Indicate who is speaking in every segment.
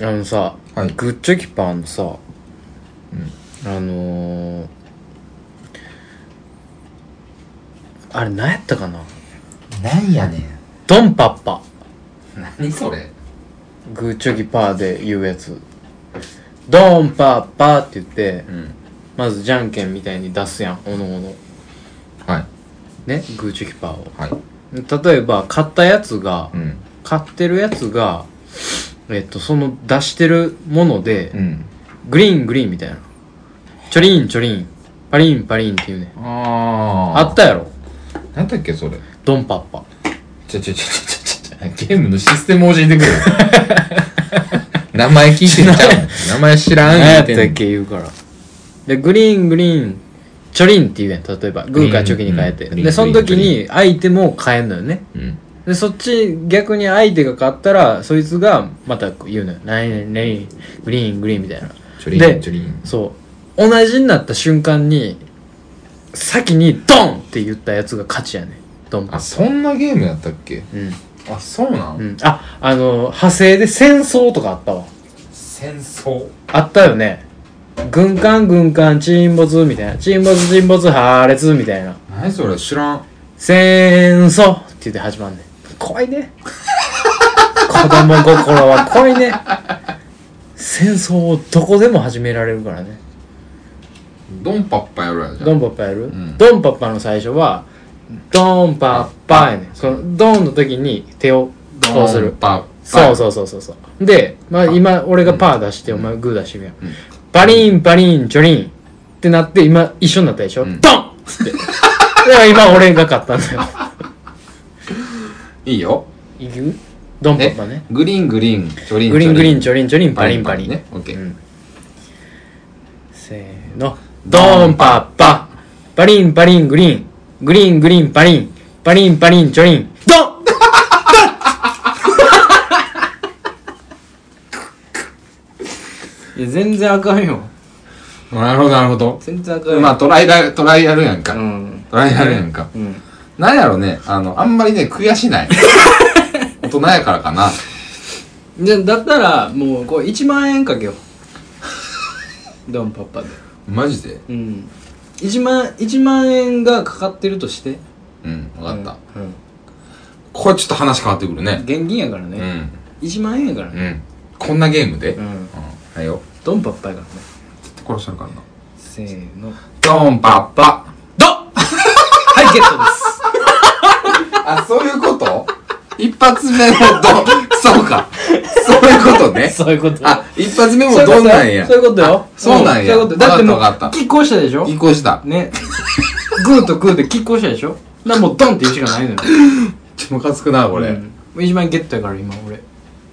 Speaker 1: あのさ、
Speaker 2: はい
Speaker 1: グッチョキパーのさ、あのー、あれ何やったかな
Speaker 2: なんやねん
Speaker 1: ドンパッパ
Speaker 2: 何それ
Speaker 1: グッチョキパーで言うやつドンパッパって言って
Speaker 2: うん
Speaker 1: まずじゃんけんみたいに出すやんおのおの
Speaker 2: はい
Speaker 1: ねグッチョキパー
Speaker 2: はい
Speaker 1: を例えば買ったやつが
Speaker 2: うん
Speaker 1: 買ってるやつがえっとその出してるもので、
Speaker 2: ん
Speaker 1: グリーングリーンみたいなチョリンチョリンパリンパリンって言うねん
Speaker 2: あ
Speaker 1: あったやろ
Speaker 2: あなんだっけそれ
Speaker 1: ドンパッパ
Speaker 2: ちょちょちょちょちょちょゲームのシステムを教え てくれよ名前聞いてんちゃうの名前知ら
Speaker 1: 何
Speaker 2: ん
Speaker 1: やっ
Speaker 2: 言
Speaker 1: た
Speaker 2: うて
Speaker 1: っ
Speaker 2: んの
Speaker 1: け言うからでグリーングリーンチョリンって言うやん例えばグーからチョキに変えて
Speaker 2: グリーン
Speaker 1: でその時
Speaker 2: グリーン
Speaker 1: にアイテムを変えんのよね
Speaker 2: うん
Speaker 1: でそっち逆に相手が買ったらそいつがまた言うのよ何々何々グリーングリーンみたいな
Speaker 2: ちょりん
Speaker 1: で
Speaker 2: ちょりん
Speaker 1: そう同じになった瞬間に先にドンって言ったやつが勝ちやねんドンパ
Speaker 2: あそんなゲームやったっけ
Speaker 1: うん
Speaker 2: あそうなん、
Speaker 1: うんああの派生で戦争とかあったわ
Speaker 2: 戦争
Speaker 1: あったよね。軍艦軍艦沈没みたいな。沈没沈没破裂みたいな。
Speaker 2: 何それ知らん
Speaker 1: 戦争って言って始まんねん。怖いね。子供心は怖いね。戦争をどこでも始められるからね。
Speaker 2: ドンパッパやろやじゃ
Speaker 1: ド
Speaker 2: ん
Speaker 1: ンパッパやる、
Speaker 2: ん
Speaker 1: ドンパッパの最初は、ドンパッパやねん。そのドンの時に手をこうする
Speaker 2: ドン。パッパ
Speaker 1: そう
Speaker 2: う
Speaker 1: そうそうそうそう。で、まあ今俺がパー出して、お前グー出してみよう
Speaker 2: うん
Speaker 1: バリンバリンチョリンってなって今一緒になったでしょ、
Speaker 2: ん
Speaker 1: ドンっつって。だから今俺が勝ったんだ よ。
Speaker 2: いいよ
Speaker 1: いくドンパ
Speaker 2: ね
Speaker 1: ッパね。
Speaker 2: グリーングリーンチョリン
Speaker 1: グリーングリーン
Speaker 2: チ
Speaker 1: チョリンチョリン
Speaker 2: ョ
Speaker 1: パリンパリン。
Speaker 2: ねオッケ
Speaker 1: う
Speaker 2: ー
Speaker 1: んせーの。ドンパッパバリンバリングリーングリーングリーンパリンパリンパリンチョリンドン ドンいや全然あかんよ。
Speaker 2: なるほどなるほど
Speaker 1: 全然あかんよ。
Speaker 2: まあトライアルトライアルやんか、
Speaker 1: うん。
Speaker 2: トライアルやんか
Speaker 1: うん。
Speaker 2: なんやろねあのあんまりね悔しない 大人やからかな
Speaker 1: じゃだったらもうこう1万 円かけようドンパッパで
Speaker 2: マジで
Speaker 1: うん1万1万円がかかってるとして
Speaker 2: うん分かった、
Speaker 1: うん、
Speaker 2: これちょっと話変わってくるね
Speaker 1: 現金やから
Speaker 2: う
Speaker 1: ね、
Speaker 2: ん
Speaker 1: 1万円やから
Speaker 2: う
Speaker 1: ね
Speaker 2: んこんなゲームで
Speaker 1: う、
Speaker 2: うんはいよ
Speaker 1: ドンパッパやからね
Speaker 2: 殺したのかな
Speaker 1: せーの
Speaker 2: ドンパッパ
Speaker 1: ドンはいゲットです
Speaker 2: あそういうこと一発目もドンそうかそういうこと ね
Speaker 1: そういうこと
Speaker 2: あ一発目も
Speaker 1: そういう
Speaker 2: ド
Speaker 1: こ
Speaker 2: ン
Speaker 1: と
Speaker 2: なんや
Speaker 1: よそういうことよ
Speaker 2: そうなんや
Speaker 1: そういうことだってもう
Speaker 2: わかったわかった
Speaker 1: 拮抗したでしょ
Speaker 2: 移行した
Speaker 1: ねグーとグーで拮抗したでしょだからもうドンっていうしかないのよ
Speaker 2: ちょっとムカつくなこ
Speaker 1: う
Speaker 2: れ
Speaker 1: んもう1万円ゲットやから今俺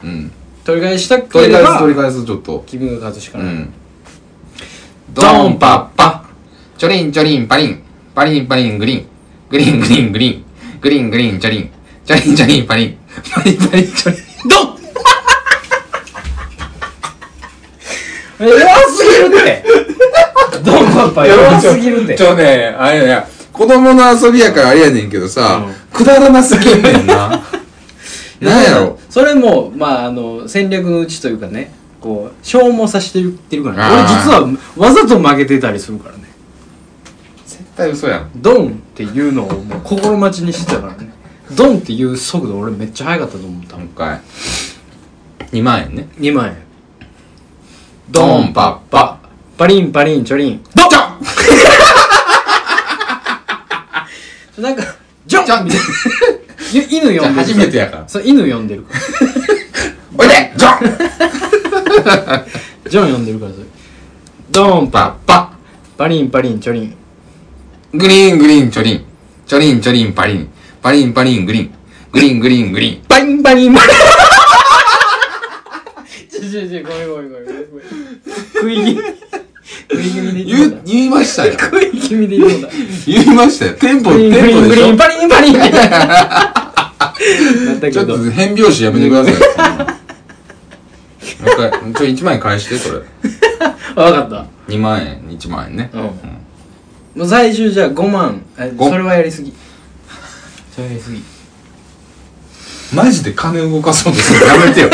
Speaker 2: うん
Speaker 1: 取り返したけれ
Speaker 2: 取り
Speaker 1: ば
Speaker 2: 返す取り返すちょっと
Speaker 1: 君が勝つしか
Speaker 2: う
Speaker 1: ない、
Speaker 2: んドンパッパチョリンチョリンパリンパリンパリングリーングリーングリーングリーングリーングリーンチョリンチョリンチョリンパリンパリンパリンチョリン
Speaker 1: ド ン弱すぎるって ドンパパ弱すぎるって
Speaker 2: ちょね、あれや、子供の遊びやからあれやねんけどさ、
Speaker 1: うん
Speaker 2: くだらなすぎんねん な。なんやろ
Speaker 1: それもまああの戦略のうちというかねこう消耗させてるってるからね
Speaker 2: あ
Speaker 1: 俺
Speaker 2: ー
Speaker 1: 実はわざと負けてたりするからね
Speaker 2: 絶対嘘やん。
Speaker 1: ドンっていうのをもう心待ちにしてたからねドンっていう速度俺めっちゃ速かったと思った
Speaker 2: もう一回。2万円ね。
Speaker 1: 2万円
Speaker 2: ドンパッパ。
Speaker 1: パリンパリンチョリン
Speaker 2: ドンジョン
Speaker 1: なんかジョン
Speaker 2: ジョン
Speaker 1: みたいな 犬呼んでる
Speaker 2: 初めてやから。
Speaker 1: そう犬呼んでるから
Speaker 2: おいでジョン
Speaker 1: ジョン呼んでるからそれドーンパ
Speaker 2: パッパ。
Speaker 1: パリンパリンチョリン
Speaker 2: グリーングリーンチョリン。チョリンチョリンパリン。パリンパリングリーン。グリーングリーングリーン。
Speaker 1: パリンパリンちょちょちょごめんごめんごめんごめん食い気味食い気味で言っても
Speaker 2: 言
Speaker 1: う
Speaker 2: う、言いましたよ。
Speaker 1: た食い気味で言ってもうた
Speaker 2: 言いましたよ。テンポ、
Speaker 1: グリ
Speaker 2: テ
Speaker 1: ン
Speaker 2: ン
Speaker 1: グリング
Speaker 2: ポでし
Speaker 1: リン
Speaker 2: ょ
Speaker 1: パリンパリンみたいななったけ
Speaker 2: ちょっ
Speaker 1: ど
Speaker 2: と変拍子やめてください。もう一回、ちょ、1万円返して、それ。
Speaker 1: あわかった
Speaker 2: 2万円1万円ね、
Speaker 1: うんもう最終じゃあ5万え
Speaker 2: ご
Speaker 1: それはやりすぎそれはやりすぎ
Speaker 2: マジで金動かそうとするのやめてよ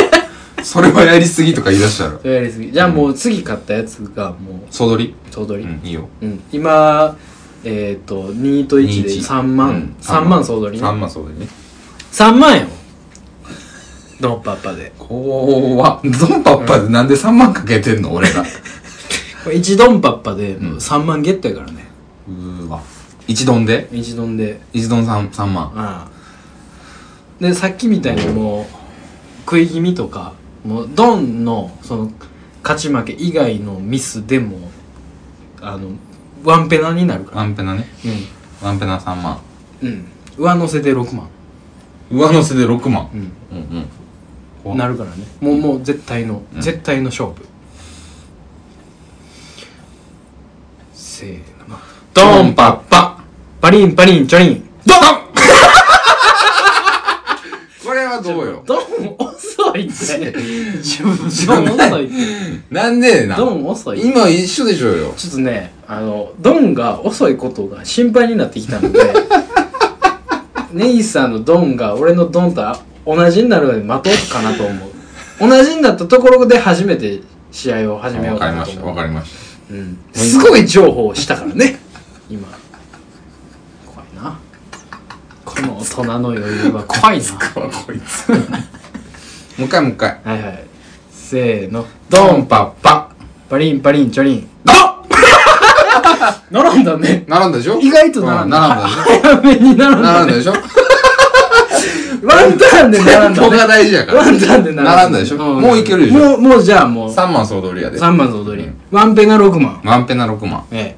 Speaker 2: それはやりすぎとか言い出したら
Speaker 1: それやりすぎじゃあもう次買ったやつがもう
Speaker 2: 総取り
Speaker 1: 総取
Speaker 2: う
Speaker 1: り
Speaker 2: んいいよ
Speaker 1: うん今えっと2と1で
Speaker 2: 21
Speaker 1: 3万3万総取り
Speaker 2: 3
Speaker 1: ね
Speaker 2: 万総取りね
Speaker 1: 3万よ ドンパッパで
Speaker 2: 怖っゾンパッパでなんで3万かけてんの俺が
Speaker 1: これ1ドンパッパでもううん3万ゲットやからね
Speaker 2: うーわ一丼で
Speaker 1: 1ドンで
Speaker 2: 一丼 3, 3万
Speaker 1: ああでさっきみたいにもう食い気味とかもうドンのその勝ち負け以外のミスでもあのワンペナになるから
Speaker 2: ワンペナねワンペナ3万
Speaker 1: うんうん上乗せで6万
Speaker 2: 上乗せで6万
Speaker 1: うん
Speaker 2: うんうん 怖っ
Speaker 1: なるからねもうもう絶対の、
Speaker 2: うん
Speaker 1: 絶対の勝負せーの
Speaker 2: ド
Speaker 1: ド
Speaker 2: ン
Speaker 1: ン
Speaker 2: パッパ
Speaker 1: パリンパリンチョリン
Speaker 2: ドンこれはどうよ
Speaker 1: ドン遅いって自分
Speaker 2: 分
Speaker 1: ドン遅いって
Speaker 2: なんでな
Speaker 1: ドン遅い
Speaker 2: 今一緒でしょうよ
Speaker 1: ちょっとねあのドンが遅いことが心配になってきたの でネイさんのドンが俺のドンと同じになるまで待とうかなと思う同じになったところで初めて試合を始めよ
Speaker 2: わ
Speaker 1: う
Speaker 2: か
Speaker 1: か
Speaker 2: り
Speaker 1: な
Speaker 2: ま
Speaker 1: と
Speaker 2: した
Speaker 1: 思う
Speaker 2: わかりました
Speaker 1: うん、すごい情報をしたからね今怖いなこの大人の余裕は怖いな
Speaker 2: こい つもう一回もう一回
Speaker 1: はいはいせーの
Speaker 2: ド
Speaker 1: ド
Speaker 2: ン
Speaker 1: ン
Speaker 2: パッパ
Speaker 1: パリンパリンチョリン
Speaker 2: ドン
Speaker 1: 並んだね
Speaker 2: 並んだでしょ
Speaker 1: 意外と並んだ
Speaker 2: う並んだでしょ
Speaker 1: 早めに並んだ
Speaker 2: 並んだ
Speaker 1: ね
Speaker 2: でしょ
Speaker 1: ワンタンで並ん
Speaker 2: テンポ
Speaker 1: だ
Speaker 2: が
Speaker 1: ね
Speaker 2: 大事やから
Speaker 1: ワンタンで並んだ
Speaker 2: 並んだでしょもういけるでしょ
Speaker 1: もうもうじゃあもう
Speaker 2: 3万総取りやで
Speaker 1: 3万の踊り、
Speaker 2: うん
Speaker 1: ワンペが6万
Speaker 2: ワンペナ6万
Speaker 1: ええ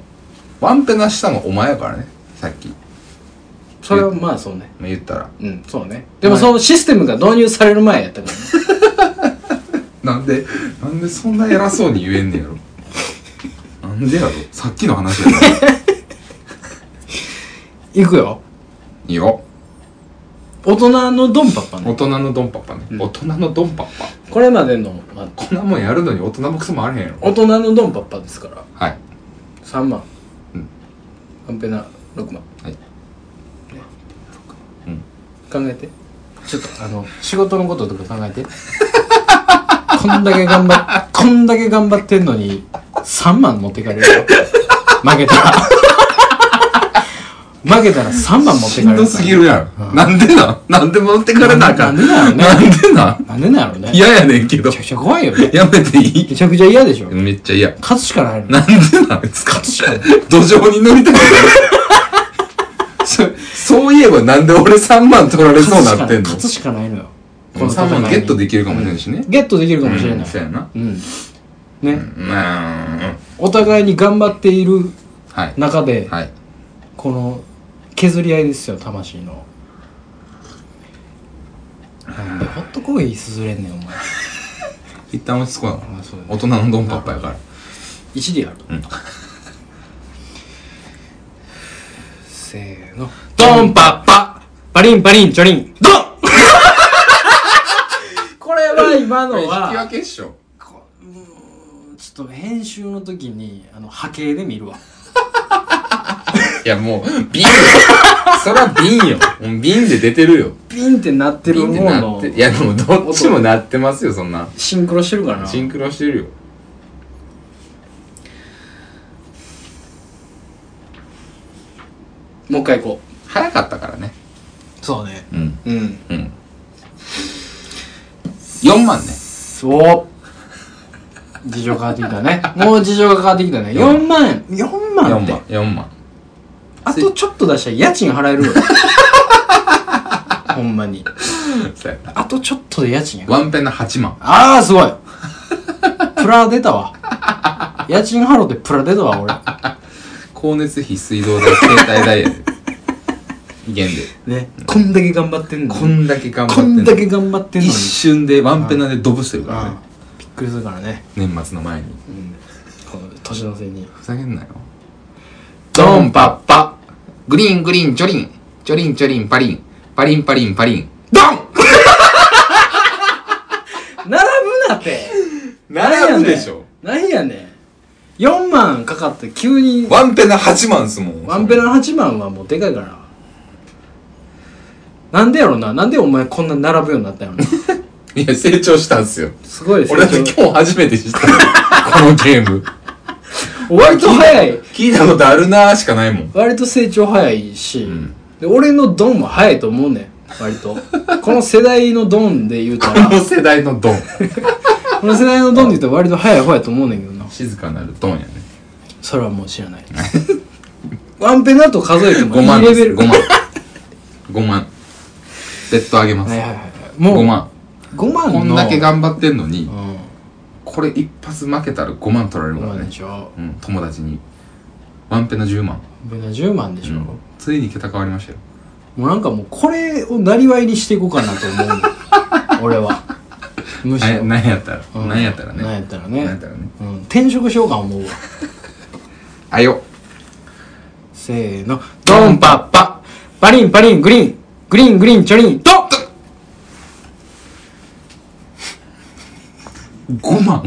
Speaker 2: ワンペナしたのお前やからねさっきま
Speaker 1: それはまあそうね
Speaker 2: あ言ったら
Speaker 1: うんそうねでもそのシステムが導入される前やったからね
Speaker 2: なんでなんでそんな偉そうに言えんねやろ なんでやろさっきの話やろ
Speaker 1: いくよ
Speaker 2: いいよ
Speaker 1: 大人のドンパッパね
Speaker 2: 大人のドンパッパね、
Speaker 1: うん
Speaker 2: 大人のドンパッパ
Speaker 1: これまでの、まあ、
Speaker 2: こんなもんやるのに大人もクソもあれへんやろ
Speaker 1: 大人のドンパッパですから
Speaker 2: はい
Speaker 1: 3万
Speaker 2: うん
Speaker 1: アンペナ6万
Speaker 2: はい
Speaker 1: ね
Speaker 2: うん
Speaker 1: 考えてちょっとあの仕事のこととか考えて こんだけ頑張っこんだけ頑張ってんのに3万持ってかれるよ負けたら 負けたら3万持って
Speaker 2: し
Speaker 1: かれ
Speaker 2: ん
Speaker 1: る
Speaker 2: どすぎ
Speaker 1: る
Speaker 2: るやん、 なんでなんなんで持ってかれなあか ん
Speaker 1: なんで
Speaker 2: な
Speaker 1: なんん
Speaker 2: でなん
Speaker 1: なんでなんやろねめ
Speaker 2: 嫌やねんけど
Speaker 1: ちゃくちゃ怖いよね
Speaker 2: やめていい
Speaker 1: めちゃくちゃ嫌でしょ
Speaker 2: めっちゃ嫌
Speaker 1: 勝つしかないの
Speaker 2: なんでなん
Speaker 1: 勝つしかない
Speaker 2: 土壌に乗りたくないそそういえばなんで俺3万取られそうなってんの
Speaker 1: 勝つしかないのよ
Speaker 2: この3万ゲットできるかもしれ
Speaker 1: な
Speaker 2: ないいしね、
Speaker 1: ゲットできるかもしれ
Speaker 2: うん
Speaker 1: ない
Speaker 2: そうやな
Speaker 1: うんね
Speaker 2: まあ
Speaker 1: お互いに頑張っている
Speaker 2: はい
Speaker 1: 中で
Speaker 2: はい
Speaker 1: この削り合いですよ魂のなんでホットコーヒーすずれんねんお前
Speaker 2: 一旦落ち着こうよ
Speaker 1: お前そうだ
Speaker 2: 大
Speaker 1: よ
Speaker 2: 人のドンパッパやから
Speaker 1: 一理ある
Speaker 2: うん
Speaker 1: せーの
Speaker 2: ドンパッパ
Speaker 1: パリンパリンチョリン
Speaker 2: ドン
Speaker 1: これは今の
Speaker 2: 引き
Speaker 1: は
Speaker 2: 分けっしょ
Speaker 1: こうーんちょっと編集の時にあの波形で見るわ
Speaker 2: いやもう瓶よそら瓶よもう瓶で出てるよ
Speaker 1: ピンってなってる
Speaker 2: 瓶で
Speaker 1: も
Speaker 2: なっ
Speaker 1: の
Speaker 2: ていやでもどっちもなってますよそんな
Speaker 1: シンクロしてるからな
Speaker 2: シンクロしてるよ
Speaker 1: もう一回行こ
Speaker 2: 早かったからね
Speaker 1: うそうね
Speaker 2: うん
Speaker 1: うん
Speaker 2: うん4万ね
Speaker 1: そう事情変わってきた ねもう事情が変わってきたね4万円4
Speaker 2: 4
Speaker 1: 万
Speaker 2: 万
Speaker 1: って
Speaker 2: 4万
Speaker 1: あとちょっと出したら家賃払えるよ ほんまに
Speaker 2: そうやな
Speaker 1: あとちょっとで家賃や
Speaker 2: ワンペンの8万
Speaker 1: ああすごいプラ出たわ家賃払うてプラ出たわ俺
Speaker 2: 光熱費水道代携帯代やで現 で
Speaker 1: ねこんだけ頑張ってんの
Speaker 2: こんだけ頑張っ
Speaker 1: こ
Speaker 2: てん
Speaker 1: ん
Speaker 2: の
Speaker 1: だけ頑張ってんの
Speaker 2: 一
Speaker 1: に
Speaker 2: 瞬でワンペナでドブしてるか
Speaker 1: う
Speaker 2: ら
Speaker 1: ん
Speaker 2: ね
Speaker 1: びっくりするからね
Speaker 2: 年末の前
Speaker 1: う
Speaker 2: に
Speaker 1: んこの年のせいに
Speaker 2: ふざけんなよドンパッパグリーングリーンチョリンチョリンチョリンパリンパリンパリンパリンドン
Speaker 1: 並ぶなって
Speaker 2: 並ぶでしょ
Speaker 1: なんやねん4万かかって急に
Speaker 2: ワンペナ8万っすもん
Speaker 1: ワンペラ8万はもうでかいからなんでやろななんでお前こんな並ぶようになったんやろな
Speaker 2: いや、成長したんすよ。
Speaker 3: すごいです
Speaker 2: 俺だって今日初めて知ったのこのゲーム。
Speaker 3: 割と早い
Speaker 2: 聞いたことあるなーしかないもん。
Speaker 3: 割と成長早いし、
Speaker 2: ん
Speaker 3: で俺のドンも早いと思うねん割とこの世代のドンで言うた
Speaker 2: こ
Speaker 3: ら
Speaker 2: の世代のドン。
Speaker 3: この世代のドンで言うたら割と早い方やと思うねんけどな
Speaker 2: 静かなるドンやね。
Speaker 3: それはもう知らない ワンペナと数えても
Speaker 2: 5
Speaker 3: い
Speaker 2: 万
Speaker 3: いレ
Speaker 2: で
Speaker 3: ベ
Speaker 2: す。
Speaker 3: ル
Speaker 2: 5万。5万。ベッドあげま
Speaker 3: はい
Speaker 2: す。
Speaker 3: はいはいもう
Speaker 2: 5万。
Speaker 3: 5万の
Speaker 2: こんだけ頑張ってんの
Speaker 3: う、
Speaker 2: に
Speaker 3: ん
Speaker 2: これ一発負けたら5万取られる
Speaker 3: 5
Speaker 2: から
Speaker 3: 万
Speaker 2: ね
Speaker 3: で。しょ
Speaker 2: うん、友達に。ワンペナ10万。
Speaker 3: ベナ10万でしょ、
Speaker 2: うんついに桁変わりましたよ。
Speaker 3: もうなんかもうこれをなりわいにしていこうかなと思うの俺 はむしろ
Speaker 2: ななんやったら。
Speaker 3: うん
Speaker 2: なんやったらね。
Speaker 3: なんやったら
Speaker 2: なんや
Speaker 3: ね
Speaker 2: ったらね。
Speaker 3: うん、転職しようか思うわ
Speaker 2: あよ。
Speaker 3: せーのドンパッパパリンパリングリーングリーングリーンチョリンドン
Speaker 2: 5万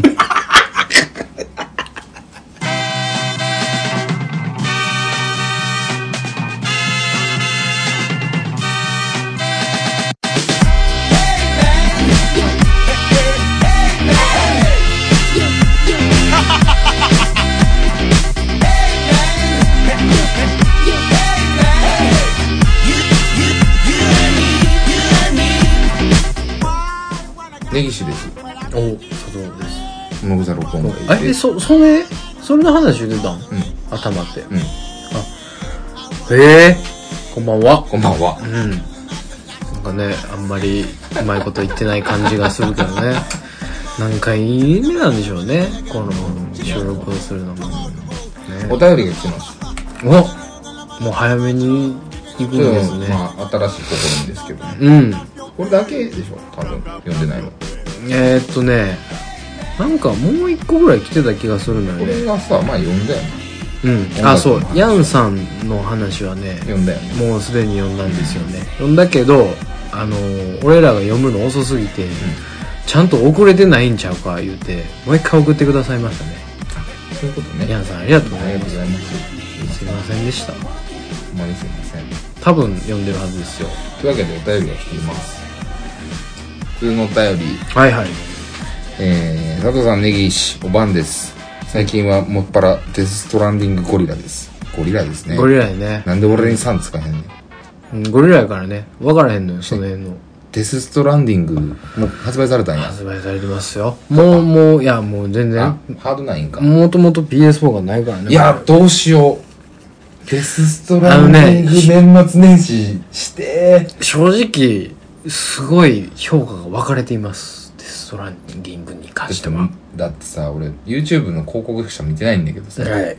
Speaker 2: 根岸です。
Speaker 1: お佐藤です
Speaker 2: もぐさ録音
Speaker 1: ええそそれそれの話出たん、頭って
Speaker 2: うん。
Speaker 1: へえこんばんは
Speaker 2: こんばんは
Speaker 1: う。んなんかねあんまりうまいこと言ってない感じがするけどね何回目なんでしょうねこの収録をするのもね
Speaker 2: お便りが来ました。
Speaker 1: おもう早めに行くん
Speaker 2: ちょっ
Speaker 1: で
Speaker 2: と
Speaker 1: すね、
Speaker 2: まあ、新しい試みですけどね。
Speaker 1: うん
Speaker 2: これだけでしょ多分。読んでないの。こ
Speaker 1: えー、っとねなんかもう一個ぐらい来てた気がするのよ
Speaker 2: れ
Speaker 1: ね
Speaker 2: がさ、まあ、読んだよね。
Speaker 1: うんあそう
Speaker 2: 音楽の話
Speaker 1: ヤンさんの話はね
Speaker 2: 読んだよね。
Speaker 1: もうすでに読んだんですよね読んだけどあのー俺らが読むの遅すぎて、ちゃんと遅れてないんちゃうか言うてもう一回送ってくださいましたね
Speaker 2: そういうことね。
Speaker 1: ヤンさんありがとうご
Speaker 2: あ
Speaker 1: ざ
Speaker 2: り
Speaker 1: い
Speaker 2: が
Speaker 1: ま
Speaker 2: とうご
Speaker 1: す
Speaker 2: ざいます。
Speaker 1: すいませんでした
Speaker 2: ほんまにすいません。
Speaker 1: 多分読んでるはずですよ
Speaker 2: というわけで、お便りが来ています。普通のお便り、
Speaker 1: はいはい
Speaker 2: えー、佐藤さん、根岸、おばんです。最近はもっぱらデスストランディングゴリラです。ゴリラですね。
Speaker 1: ゴリラやね、
Speaker 2: なんで俺に3使えへんねん。
Speaker 1: うん、ゴリラやからね分からへんのよその辺の
Speaker 2: デスストランディング、もう発売されたんや。
Speaker 1: 発売されてますよもうもういやもう全
Speaker 2: あ
Speaker 1: 然、
Speaker 2: ハードないんか。
Speaker 1: もともと PS4 がないからね
Speaker 2: いや、どうしよう。デススト
Speaker 1: ラ
Speaker 2: ラ
Speaker 1: ン
Speaker 2: ン
Speaker 1: デ
Speaker 2: デ
Speaker 1: ィン
Speaker 2: ィン
Speaker 1: グ
Speaker 2: グ年末年始して。
Speaker 1: 正直すごい評価が分かれていますデストランディングに関しては
Speaker 2: だってさ、俺、YouTube の広告者見てないんだけどさ、
Speaker 1: はい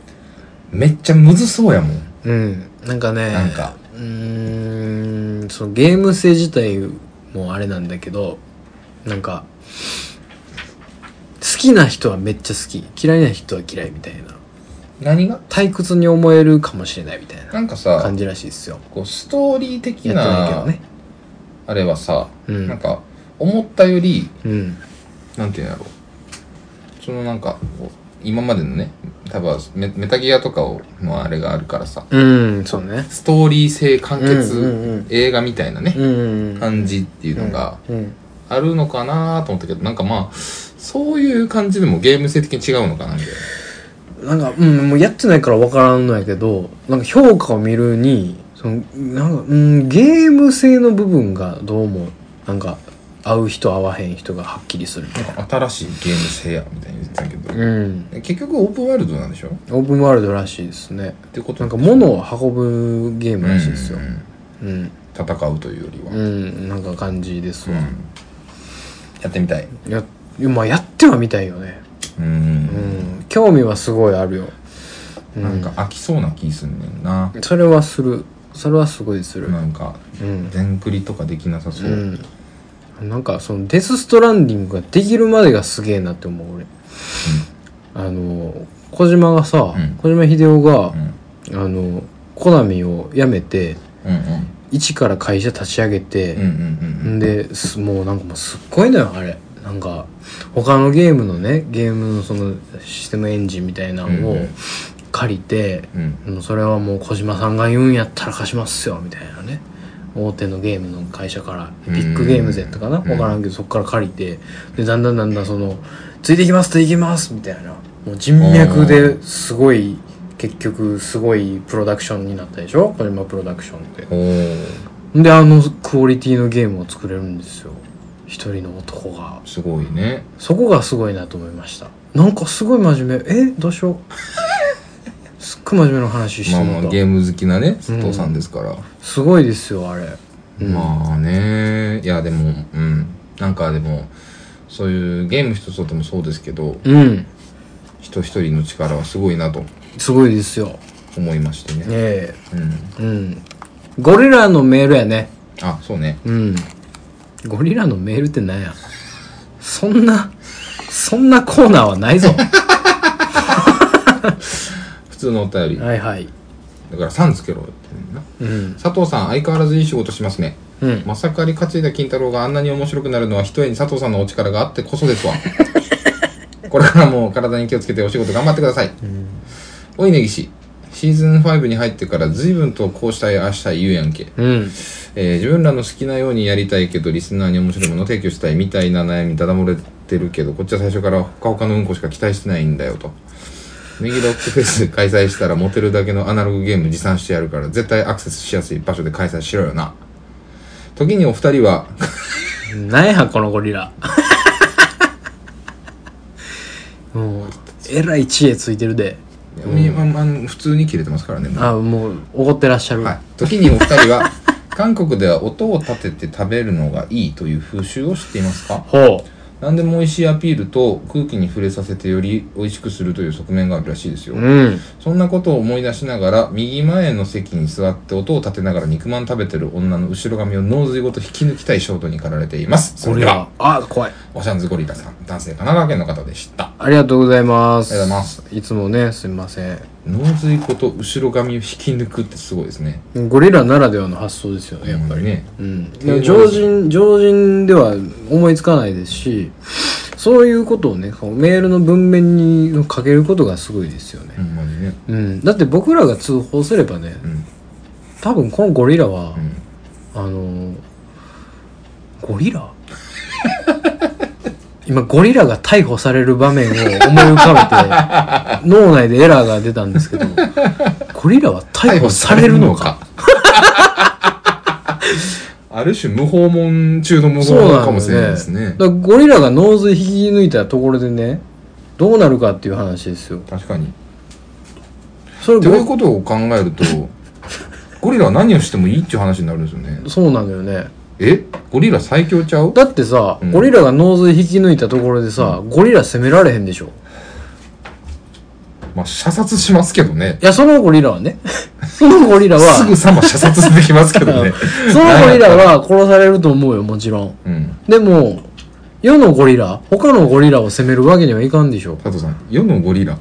Speaker 2: めっちゃむずそうやもん。
Speaker 1: うんなんかね
Speaker 2: なんか
Speaker 1: うーんそのゲーム性自体もあれなんだけどなんか好きな人はめっちゃ好き嫌いな人は嫌いみたいな
Speaker 2: 何が
Speaker 1: 退屈に思えるかもしれないみたいな
Speaker 2: なんかさ
Speaker 1: 感、じらしいですよ
Speaker 2: こう、ストーリー的
Speaker 1: やってないけど
Speaker 2: な、
Speaker 1: ね
Speaker 2: あれはさ、
Speaker 1: うん
Speaker 2: なんか、思ったより、
Speaker 1: うん
Speaker 2: なんていうんだろう。そのなんか、こう今までのね、多分メメタギアとかを、のあれがあるからさ、
Speaker 1: うんそうね
Speaker 2: ストーリー性完結、
Speaker 1: うんうんうん
Speaker 2: 映画みたいなね、
Speaker 1: うん
Speaker 2: 感じっていうのが
Speaker 1: うん
Speaker 2: あるのかなと思ったけど、なんかまあ、そういう感じでもゲーム性的に違うのかなみたい
Speaker 1: なんか、うん、もうやってないから分からんのやけど、なんか評価を見るに、その、なんか、うん、ゲーム性の部分がどうも、なんか、合う人合わへん人がはっきりするみたいな。
Speaker 2: な。新しいゲーム性や、みたいに言ってたけど。
Speaker 1: うん。
Speaker 2: 結局オープンワールドなんでしょっ
Speaker 1: オープンワールドらしいですね。
Speaker 2: てこと
Speaker 1: なんか、物を運ぶゲームらしいですよ
Speaker 2: うんう。ん
Speaker 1: うん。
Speaker 2: 戦うというよりは。
Speaker 1: う
Speaker 2: うん
Speaker 1: ん、なんか感じですわ。
Speaker 2: やってみたい。
Speaker 1: や、まあ、やってはみたいよね。
Speaker 2: う。
Speaker 1: うんん。興味はすごいあるよ。う
Speaker 2: なんか、飽きそうな気すんねんな。
Speaker 1: それはする。それはすごいする。
Speaker 2: なんか、
Speaker 1: うん。
Speaker 2: 全クリとかできなさそう。
Speaker 1: うん、なんかそのデス・ストランディングができるまでがすげえなって思う俺、あの小島がさ、
Speaker 2: うん
Speaker 1: 小島秀夫が
Speaker 2: う、ん。
Speaker 1: あのコナミを辞めて
Speaker 2: うんうん。
Speaker 1: 一から会社立ち上げ
Speaker 2: うんうん
Speaker 1: て、
Speaker 2: うんうん
Speaker 1: ん、ですもうなんかもうすっごいのよあれなんか他のゲームのねゲームのそのシステムエンジンみたいなの
Speaker 2: う
Speaker 1: を
Speaker 2: んうん
Speaker 1: 借りて、
Speaker 2: うん。
Speaker 1: もうそれはもう小島さんが言うんやったら貸しますよみたいなね大手のゲームの会社からエピックゲームズやったかな
Speaker 2: うん
Speaker 1: 分からんけどそっから借りてでだんだんだんだんその「ついてきますついてきます」みたいなもう人脈ですごい結局すごいプロダクションになったでしょ小島プロダクションって
Speaker 2: おー
Speaker 1: であのクオリティのゲームを作れるんですよ一人の男が
Speaker 2: すごいね
Speaker 1: そこがすごいなと思いましたなんかすごい真面目えどうしようすっごい真面目な話して
Speaker 2: まあ
Speaker 1: も
Speaker 2: まあ
Speaker 1: らった
Speaker 2: ゲーム好きなね佐藤さんですから、
Speaker 1: すごいですよあれ、うん
Speaker 2: まあねいやでもうんなんかでもそういうゲーム一つとってもそうですけど
Speaker 1: うん
Speaker 2: 人一人の力はすごいなと
Speaker 1: すごいですよ
Speaker 2: 思いましてね
Speaker 1: え
Speaker 2: うん
Speaker 1: えうんゴリラのメールやね
Speaker 2: あそうね
Speaker 1: うんゴリラのメールってなんやそんなそんなコーナーはないぞ
Speaker 2: 普通のお便りだ
Speaker 1: はいはい
Speaker 2: から3つけろよってねんな
Speaker 1: うん
Speaker 2: 佐藤さん相変わらずいい仕事しますね
Speaker 1: うん
Speaker 2: まさかり勝田金太郎があんなに面白くなるのはひとえに佐藤さんのお力があってこ そですわこれからも体に気をつけてお仕事頑張ってください、おいねぎしシーズン5に入ってから随分とこうしたいああしたい言うやんけ、
Speaker 1: うん
Speaker 2: えー自分らの好きなようにやりたいけどリスナーに面白いものを提供したいみたいな悩みだだ漏れてるけどこっちは最初からほかほかのうんこしか期待してないんだよと右ロックフェス開催したらモテるだけのアナログゲーム持参してやるから絶対アクセスしやすい場所で開催しろよな時にお二人は
Speaker 1: なんやこのゴリラ もうえらい知恵ついてるで
Speaker 2: いやまあまあ普通に切れてますからねもう
Speaker 1: あもう怒ってらっしゃる、
Speaker 2: はい、時にお二人は韓国では音を立てて食べるのがいいという風習を知っていますか
Speaker 1: ほ
Speaker 2: 何でも美味しいアピールと空気に触れさせてより美味しくするという側面があるらしいですよ、
Speaker 1: ううん
Speaker 2: そんなことを思い出しながら右前の席に座って音を立てながら肉まん食べてる女の後ろ髪を脳髄ごと引き抜きたい衝動に駆られていますそ
Speaker 1: ゴ
Speaker 2: れ
Speaker 1: リ
Speaker 2: では
Speaker 1: ラあ怖い
Speaker 2: オシャンズゴリラさん男性神奈川県の方でした
Speaker 1: ありがとうございます
Speaker 2: ありがとうございます
Speaker 1: いつもねすみません
Speaker 2: 脳髄ごと後ろ髪を引き抜くってすごいですね
Speaker 1: ゴリラならではの発想ですよねやっぱり
Speaker 2: ね
Speaker 1: うん、常人常人では思いつかないですしそういうことをねこうメールの文面にかけることがすごいですよね
Speaker 2: ほ、んまにね
Speaker 1: うん、だって僕らが通報すればね
Speaker 2: うん
Speaker 1: 多分このゴリラは、
Speaker 2: うん
Speaker 1: あのーゴリラ 今ゴリラが逮捕される場面を思い浮かべて脳内でエラーが出たんですけどゴリラは逮捕されるのか
Speaker 2: ある種無訪問中の無訪
Speaker 1: そうな
Speaker 2: 問
Speaker 1: ん
Speaker 2: かもしれないです
Speaker 1: だよ
Speaker 2: ね
Speaker 1: ねだからゴリラが脳髄引き抜いたところでねどうなるかっていう話ですよ
Speaker 2: 確かに
Speaker 1: それ
Speaker 2: ということを考えるとゴリラは何をしてもいいっていう話になるんですよね
Speaker 1: そうなんだよね
Speaker 2: えゴリラ最強ちゃう
Speaker 1: だってさ、
Speaker 2: うん
Speaker 1: ゴリラが脳髄引き抜いたところでさ、ゴリラ責められへんでしょ
Speaker 2: まあ射殺しますけどね
Speaker 1: いやそのゴリラはね そのゴリラは
Speaker 2: すぐさま射殺できますけどね
Speaker 1: そのゴリラは殺されると思うよ、もちろん。
Speaker 2: うん
Speaker 1: でも、世のゴリラ、他のゴリラを責めるわけにはいかんでしょ。
Speaker 2: 佐藤さん世のゴリラ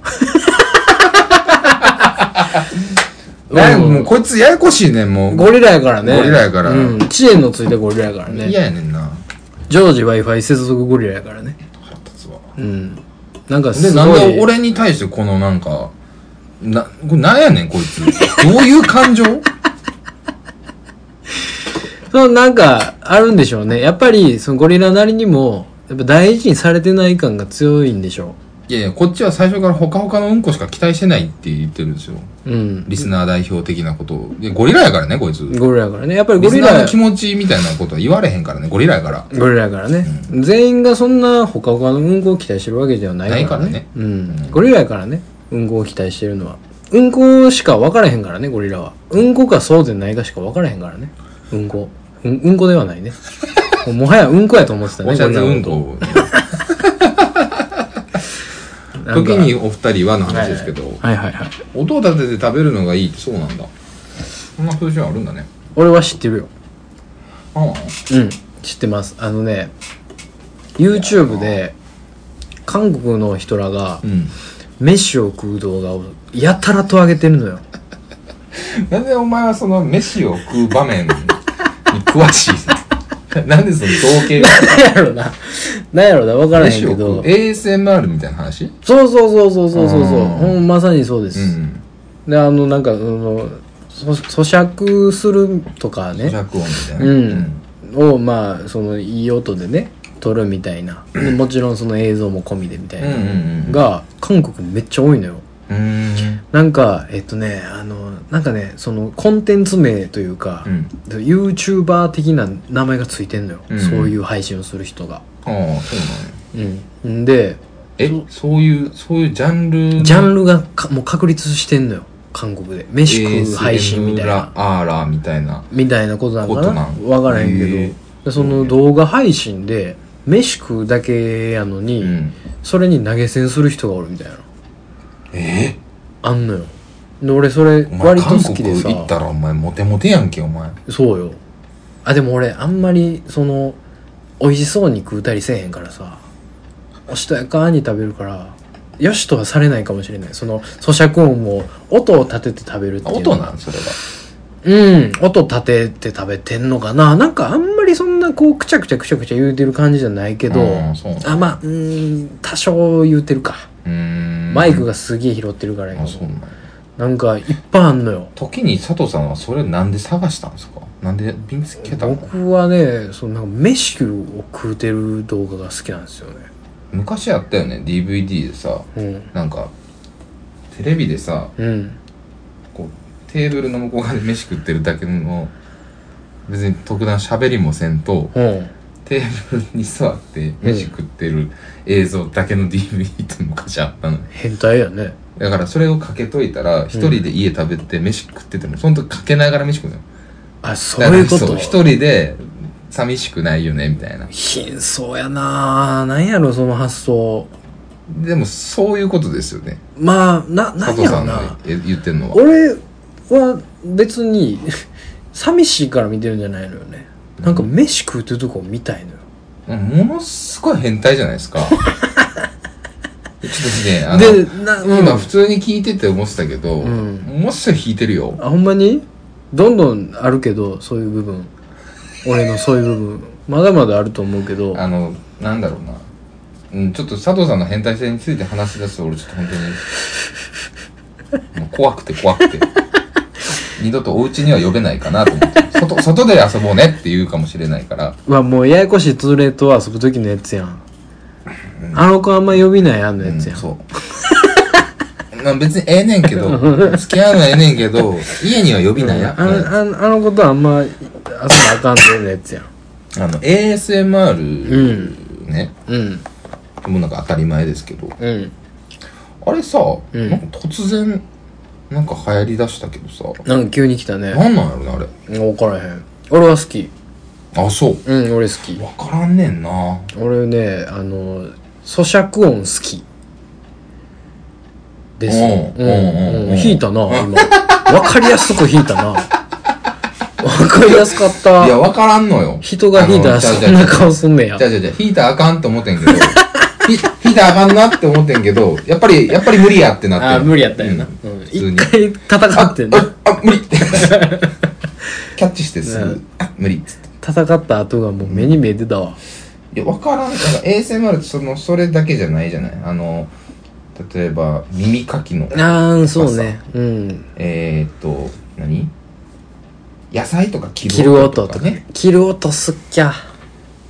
Speaker 1: うん
Speaker 2: なんかもうこいつややこしいねんもう
Speaker 1: ゴリラやからね。
Speaker 2: ゴリラやから
Speaker 1: うん。知恵のついたゴリラやから
Speaker 2: 嫌、
Speaker 1: ね。
Speaker 2: やねんな
Speaker 1: 常時 Wi-Fi 接続ゴリラやからね。
Speaker 2: 腹立つわ
Speaker 1: うん。なんか
Speaker 2: ですなん
Speaker 1: ごい。
Speaker 2: で俺に対してこのなんかなこれなんやねんこいつどういう 感情
Speaker 1: そのなんか、あるんでしょうね。やっぱり、そのゴリラなりにも、やっぱ大事にされてない感が強いんでしょ
Speaker 2: いやいやこっちは最初からほかほかのうんこしか期待してないって言ってるんですよ
Speaker 1: う。うん。
Speaker 2: リスナー代表的なことをいやゴリラやからねこいつ
Speaker 1: ゴリラやからね。やっぱりゴ
Speaker 2: リス
Speaker 1: リ
Speaker 2: ナー
Speaker 1: ラ
Speaker 2: の、気持ちみたいなことは言われへんからねゴリラやから
Speaker 1: ゴリラやからね、全員がそんなほかほかの運行を期待してるわけではないからね
Speaker 2: ないか
Speaker 1: うん、ゴリラやからね運行を期待してるのは運行しか分からへんからねゴリラは運行かそうでないかしか分からへんからね運行うんうんこではないね もうもはやうんこやと思ってた
Speaker 2: お
Speaker 1: ね
Speaker 2: しゃれ
Speaker 1: ゴリラ
Speaker 2: うん
Speaker 1: の
Speaker 2: こ
Speaker 1: こ
Speaker 2: を
Speaker 1: となんか
Speaker 2: 時にお二人はの話ですけど、
Speaker 1: はいはいはい
Speaker 2: 音を立てて食べるのがいいってそうなんだそんな風習あるんだね
Speaker 1: 俺は知ってるよ
Speaker 2: ああ
Speaker 1: うん知ってますあのね YouTube で韓国の人らが
Speaker 2: うん
Speaker 1: 飯を食う動画をやたらと上げてるのよ
Speaker 2: なんでお前はその飯を食う場面に詳しいなんでその 造形が
Speaker 1: なんやろな。なんやろな、わからへん
Speaker 2: 飯を
Speaker 1: け
Speaker 2: 食う
Speaker 1: ど。
Speaker 2: ASMR みたいな話
Speaker 1: そうそうそうそうそうそうそう。
Speaker 2: うん
Speaker 1: ほんまさにそうで
Speaker 2: う
Speaker 1: す。
Speaker 2: ん
Speaker 1: で、あの、なんか、その、そ咀嚼するとかね
Speaker 2: 咀嚼音みたい
Speaker 1: う
Speaker 2: な、
Speaker 1: ん、をまあそのいい音でね撮るみたいなでもちろんその映像も込みでみたい
Speaker 2: うんうん
Speaker 1: な、
Speaker 2: うん
Speaker 1: が韓国めっちゃ多いのよ
Speaker 2: うーん
Speaker 1: なんかえっとねあのなんかねそのコンテンツ名というか
Speaker 2: う、ん
Speaker 1: YouTuber 的な名前がついてんのよ、
Speaker 2: うん
Speaker 1: そういう配信をする人が
Speaker 2: ああそうなんや
Speaker 1: うんで
Speaker 2: えそういうそういうジャンル
Speaker 1: ジャ
Speaker 2: ル
Speaker 1: ンルがかもう確立してんのよ韓国で飯食う配信みたいな
Speaker 2: アーラーみたいな
Speaker 1: みたいなことなんかな
Speaker 2: ことなん
Speaker 1: 分からへんけど
Speaker 2: へえ
Speaker 1: でその動画配信で飯食うだけやのに、
Speaker 2: うん
Speaker 1: それに投げ銭する人がおるみたいな
Speaker 2: え
Speaker 1: あんのよで俺それ
Speaker 2: お前
Speaker 1: 割と好きでさ
Speaker 2: 韓国行ったらお前モテモテやんけお前
Speaker 1: そうよあでも俺あんまりその美味しそうに食うたりせえへんからさおしとやかに食べるからよしとはされないかもしれないその咀嚼音を音を立てて食べるっていうの
Speaker 2: 音なんそれは
Speaker 1: うん音立てて食べてんのかななんかあんまりそんなこうくちゃくちゃくちゃくちゃ言うてる感じじゃないけど
Speaker 2: うんそうなん
Speaker 1: あまあうーん多少言うてるか
Speaker 2: うーん
Speaker 1: マイクがすげえ拾ってるからや
Speaker 2: あ
Speaker 1: け
Speaker 2: そう
Speaker 1: ど
Speaker 2: なんや
Speaker 1: なんかいっぱいあんのよ
Speaker 2: 時に佐藤さんはそれなんで探したんですかなんで見つけたの
Speaker 1: 僕はねそのなんか飯を食うてる動画が好きなんですよね
Speaker 2: 昔あったよね DVD でさ
Speaker 1: うん
Speaker 2: なんかテレビでさ
Speaker 1: うん
Speaker 2: こうテーブルの向こう側で飯食ってるだけの別に特段喋りもせんと
Speaker 1: うん
Speaker 2: テーブルに座って飯食ってる映像だけの DVD って昔あったのよ
Speaker 1: 変態やね
Speaker 2: だからそれをかけといたら一人で家食べて飯食っててもその時かけながら飯食うのよ
Speaker 1: あそういうこ
Speaker 2: だか
Speaker 1: と
Speaker 2: らそう一 人で寂しくないよねみたいな
Speaker 1: 貧相やなぁなんやろその発想
Speaker 2: でもそういうことですよね
Speaker 1: まあなな
Speaker 2: 佐
Speaker 1: ん
Speaker 2: 藤
Speaker 1: や
Speaker 2: さ
Speaker 1: ろ
Speaker 2: ん
Speaker 1: な
Speaker 2: がえ言ってるのは
Speaker 1: 俺は別に寂しいから見てるんじゃないのよねなんか飯食うってるとこ見たいのよ
Speaker 2: ものすごい変態じゃないですか ちょっとねあの
Speaker 1: でな、うん、
Speaker 2: 今普通に聞いてて思ってたけど、
Speaker 1: うん
Speaker 2: もうすぐ引いてるよ
Speaker 1: あほんまにどんどんあるけどそういう部分俺のそういう部分まだまだあると思うけど
Speaker 2: あのなんだろうなうん、ちょっと佐藤さんの変態性について話し出すと俺ちょっと本当にもう怖くて怖くて二度とお家には呼べないかなと思って外外で遊ぼうねって言うかもしれないから
Speaker 1: まあもうややこしいトレーと遊ぶ時のやつやん、あの子あんま呼びないあんのやつやん、
Speaker 2: うんそう。 まあ別にええねんけど、付き合うのはええねんけど、家には呼びないや。
Speaker 1: あのあのあの子とあんま遊んだらあかんってのやつやん
Speaker 2: あの、ASMR ね、
Speaker 1: うん
Speaker 2: もうなんか当たり前ですけど、
Speaker 1: うん
Speaker 2: あれさ、
Speaker 1: ん
Speaker 2: なんか突然、なんか流行りだしたけどさ、
Speaker 1: なんか急に来たね
Speaker 2: なんなんやろな、あれ。
Speaker 1: 分からへん俺は好き
Speaker 2: あ、そう。
Speaker 1: うん俺好き
Speaker 2: わからんねんな。
Speaker 1: 俺ねあの咀嚼音好きです
Speaker 2: うんうんうんうん
Speaker 1: 弾いたな今分かりやすく弾いたな分かりやすかっ
Speaker 2: いや、
Speaker 1: た
Speaker 2: わからんのよ。
Speaker 1: 人が弾いたら
Speaker 2: あの
Speaker 1: そんな顔すんねや
Speaker 2: じゃあじゃあじゃあ引いたらあかんと思ってんけど、ひ引いたらあかんなって思ってんけど、やっぱり、やっぱり無理やってなって
Speaker 1: あー無理やったんやな
Speaker 2: うん
Speaker 1: うん
Speaker 2: 普通
Speaker 1: 一
Speaker 2: に
Speaker 1: 回戦ってんな
Speaker 2: あ、あ無理キャッチしてす
Speaker 1: う
Speaker 2: ぐ、あ、無理っつって。
Speaker 1: 戦った後がもう目に見えてたわ
Speaker 2: いや、わからん。なんか ASMR ってその、それだけじゃないじゃないあの、例えば、耳かきの。
Speaker 1: ああそうねうん
Speaker 2: えー、っと、何野菜とか切
Speaker 1: 切
Speaker 2: る
Speaker 1: る
Speaker 2: 音
Speaker 1: 音
Speaker 2: と
Speaker 1: と
Speaker 2: か
Speaker 1: か
Speaker 2: ね。
Speaker 1: 切る音すっきゃ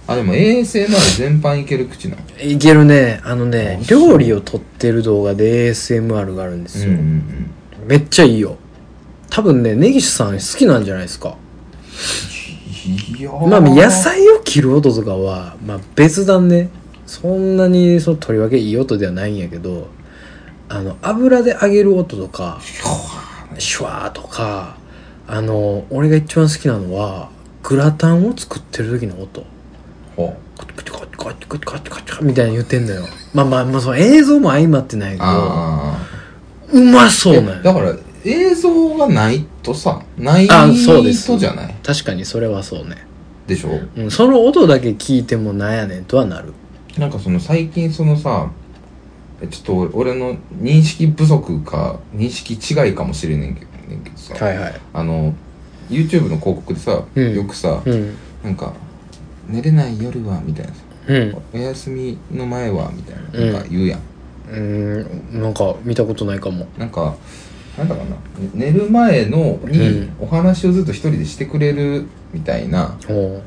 Speaker 2: あ、でも ASMR 全般いける口なの。
Speaker 1: いけるねあのね
Speaker 2: あそう
Speaker 1: 料理を撮ってる動画で ASMR があるんです
Speaker 2: う
Speaker 1: よ
Speaker 2: んうんうん。
Speaker 1: めっちゃいいよ多分ね根岸さん好きなんじゃないですか
Speaker 2: いやー
Speaker 1: まあ野菜を切る音とかは、まあ、別段ねそんなにそのとりわけいい音ではないんやけどあの油で揚げる音とかシュワーとかあの俺が一番好きなのはグラタンを作ってる時の音
Speaker 2: ほう
Speaker 1: カチカチカチカチカチカチカチカチみたいな言ってんだよまあまあまあその映像も相まってないけど
Speaker 2: あ
Speaker 1: うまそ
Speaker 2: あ。
Speaker 1: うなん
Speaker 2: え
Speaker 1: よ
Speaker 2: だから、映像がないとさ、ない
Speaker 1: あそうです
Speaker 2: とじゃない
Speaker 1: 確かにそれはそうね
Speaker 2: でしょ
Speaker 1: うん、その音だけ聞いてもなんやねんとはなる。
Speaker 2: なんかその最近そのさえちょっと俺俺の認識不足か認識違いかもしれねんけどねんけどさ、
Speaker 1: いはい。
Speaker 2: あの YouTube の広告でさ、
Speaker 1: うん
Speaker 2: よくさ、
Speaker 1: うん。
Speaker 2: なんか「寝れない夜は」みたいなさ
Speaker 1: うん。
Speaker 2: 「お休みの前は」みたいな
Speaker 1: うん
Speaker 2: なんか言うやん、
Speaker 1: うーん、なんか見たことないかも。
Speaker 2: なんかなんだかな寝る前のに
Speaker 1: うん
Speaker 2: お話をずっと一人でしてくれるみたいな、
Speaker 1: おう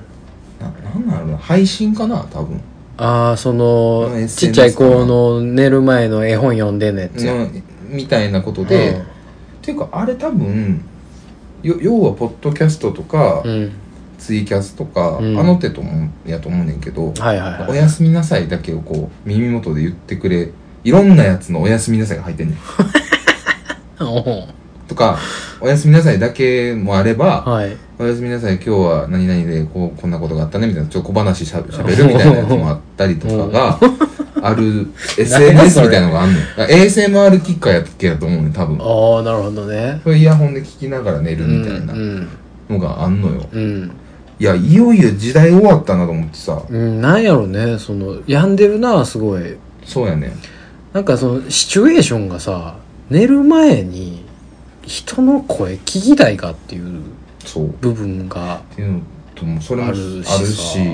Speaker 2: ななんなんだろうな配信かな多分
Speaker 1: ああその
Speaker 2: の SNS
Speaker 1: ちっちゃい子の寝る前の絵本読んでねって
Speaker 2: のみたいなことで、っていうかあれ多分よ要はポッドキャストとか、
Speaker 1: うん
Speaker 2: ツイキャスとか、
Speaker 1: うん
Speaker 2: あの手ともやと思うねんけど、
Speaker 1: はいはい
Speaker 2: お
Speaker 1: はい
Speaker 2: やすみなさいだけをこう耳元で言ってくれいろんなやつのおやすみなさいが入ってんねん
Speaker 1: おう
Speaker 2: とかおやすみなさいだけもあれば、
Speaker 1: はい
Speaker 2: おやすみなさい今日は何々でこうこんなことがあったねみたいなちょっと小話しゃしゃべるみたいなやつもあったりとかが ある SNS みたいなのがあんねんだから ASMR きっかけやと思うねん多分
Speaker 1: ああなるほどね
Speaker 2: それイヤホンで聞きながら寝るみたいな
Speaker 1: うん
Speaker 2: のがあんのよ、
Speaker 1: うん、うん
Speaker 2: いやいよいよ時代終わったなと思ってさ
Speaker 1: うん、なんやろねその病んでるなすごい
Speaker 2: そうやねん
Speaker 1: なんかそのシチュエーションがさ寝る前に人の声聞きたいかっていう
Speaker 2: そう
Speaker 1: 部分が
Speaker 2: っていうのともそれも
Speaker 1: あ
Speaker 2: あ
Speaker 1: る
Speaker 2: る
Speaker 1: し
Speaker 2: し
Speaker 1: さ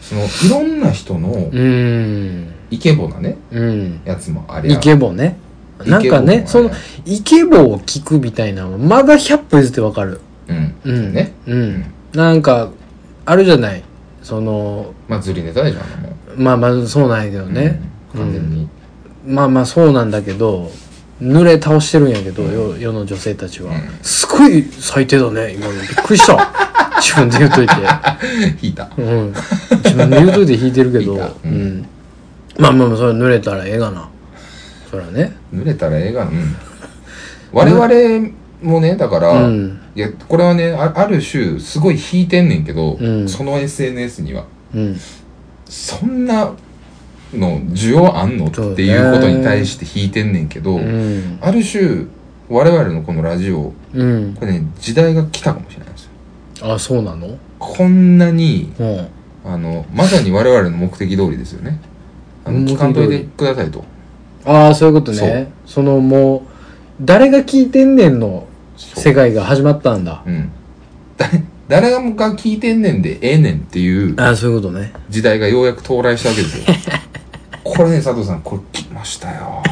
Speaker 2: そのいろんな人の
Speaker 1: うーん
Speaker 2: イケボなね
Speaker 1: うん
Speaker 2: やつもありゃ
Speaker 1: イケボね
Speaker 2: イケボ
Speaker 1: なんかね
Speaker 2: もありゃ
Speaker 1: そのイケボを聞くみたいなのはまだ100歩譲ってわかる
Speaker 2: うん、
Speaker 1: うん
Speaker 2: ね
Speaker 1: うん、
Speaker 2: ん
Speaker 1: なんかあるじゃないその
Speaker 2: まあずりネタでしょあんなもん
Speaker 1: まあまあそうなんやけどね、
Speaker 2: うん完全に、
Speaker 1: まあまあそうなんだけど濡れ倒してるんやけど、よ世の女性たちは、すごい最低だね今のびっくりした 自分で言うといて、
Speaker 2: 引いた
Speaker 1: うん、自分で言うといて弾いてるけど
Speaker 2: いいかうん
Speaker 1: うんまあまあまあそれ濡れたらええがなそらね
Speaker 2: 濡れたら映画の、うん、我々もねだから、
Speaker 1: うん
Speaker 2: いやこれはねあある種すごい引いてんねんけど、
Speaker 1: うん
Speaker 2: その SNS には
Speaker 1: うん
Speaker 2: そんなの需要あんの、
Speaker 1: そうね
Speaker 2: っていうことに対して引いてんねんけど、
Speaker 1: うん
Speaker 2: ある種我々のこのラジオ
Speaker 1: うん
Speaker 2: これね時代が来たかもしれないんですよ
Speaker 1: あそうなの
Speaker 2: こんなに
Speaker 1: うん
Speaker 2: あのまさに我々の目的通りですよねあの
Speaker 1: 目的
Speaker 2: 聞かんといてくださいと
Speaker 1: ああそういうこと
Speaker 2: そ
Speaker 1: ね
Speaker 2: う
Speaker 1: そのもう誰が聞いてんねんの世界が始まったんだ
Speaker 2: うん 誰誰がもが聞いてんねんでええねんっていう
Speaker 1: ああそういうことね
Speaker 2: 時代がようやく到来したわけですよ これね佐藤さんこれ来ましたよわ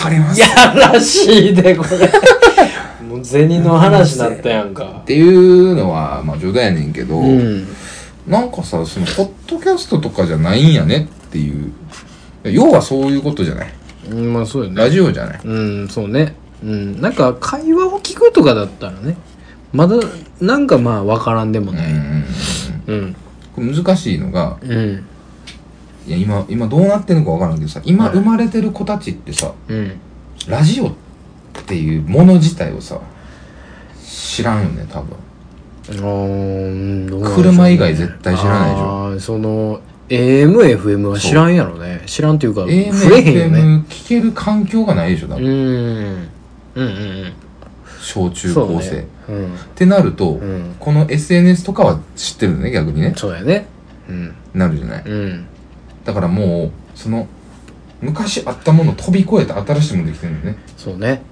Speaker 2: かります
Speaker 1: やらしいでこれ もう銭の話だったやんか
Speaker 2: っていうのはまあ冗談やねんけど、
Speaker 1: うん
Speaker 2: なんかさそのポッドキャストとかじゃないんやねっていう要はそういうことじゃない
Speaker 1: うんまあそうよね
Speaker 2: ラジオじゃない
Speaker 1: うんそうねうんなんか会話を聞くとかだったらねまだなんかまあわからんでも
Speaker 2: うんう
Speaker 1: なん
Speaker 2: うん
Speaker 1: い
Speaker 2: うん
Speaker 1: うん
Speaker 2: これ難しいのが
Speaker 1: うん
Speaker 2: いや今今どうなってんのか分からんけどさ今
Speaker 1: はい
Speaker 2: 生まれてる子たちってさ
Speaker 1: うん
Speaker 2: ラジオっていうもの自体をさ知らんよね多分
Speaker 1: あーどうなんでしょうね
Speaker 2: 車以外絶対知らないでしょ
Speaker 1: あーその AMFM は知らんやろね知らんっていうか
Speaker 2: AM
Speaker 1: 触れへんよね
Speaker 2: FM 聞ける環境がないでしょ多
Speaker 1: う
Speaker 2: 分、
Speaker 1: んうんうん
Speaker 2: 小
Speaker 1: うん
Speaker 2: 中
Speaker 1: そう
Speaker 2: 高生、
Speaker 1: ねうん
Speaker 2: ってなると、
Speaker 1: うん
Speaker 2: この SNS とかは知ってるよね逆にね
Speaker 1: そうやねうん
Speaker 2: なるじゃない
Speaker 1: うん
Speaker 2: だからもうその昔あったものを飛び越えて新しいものできてるのね
Speaker 1: そうね。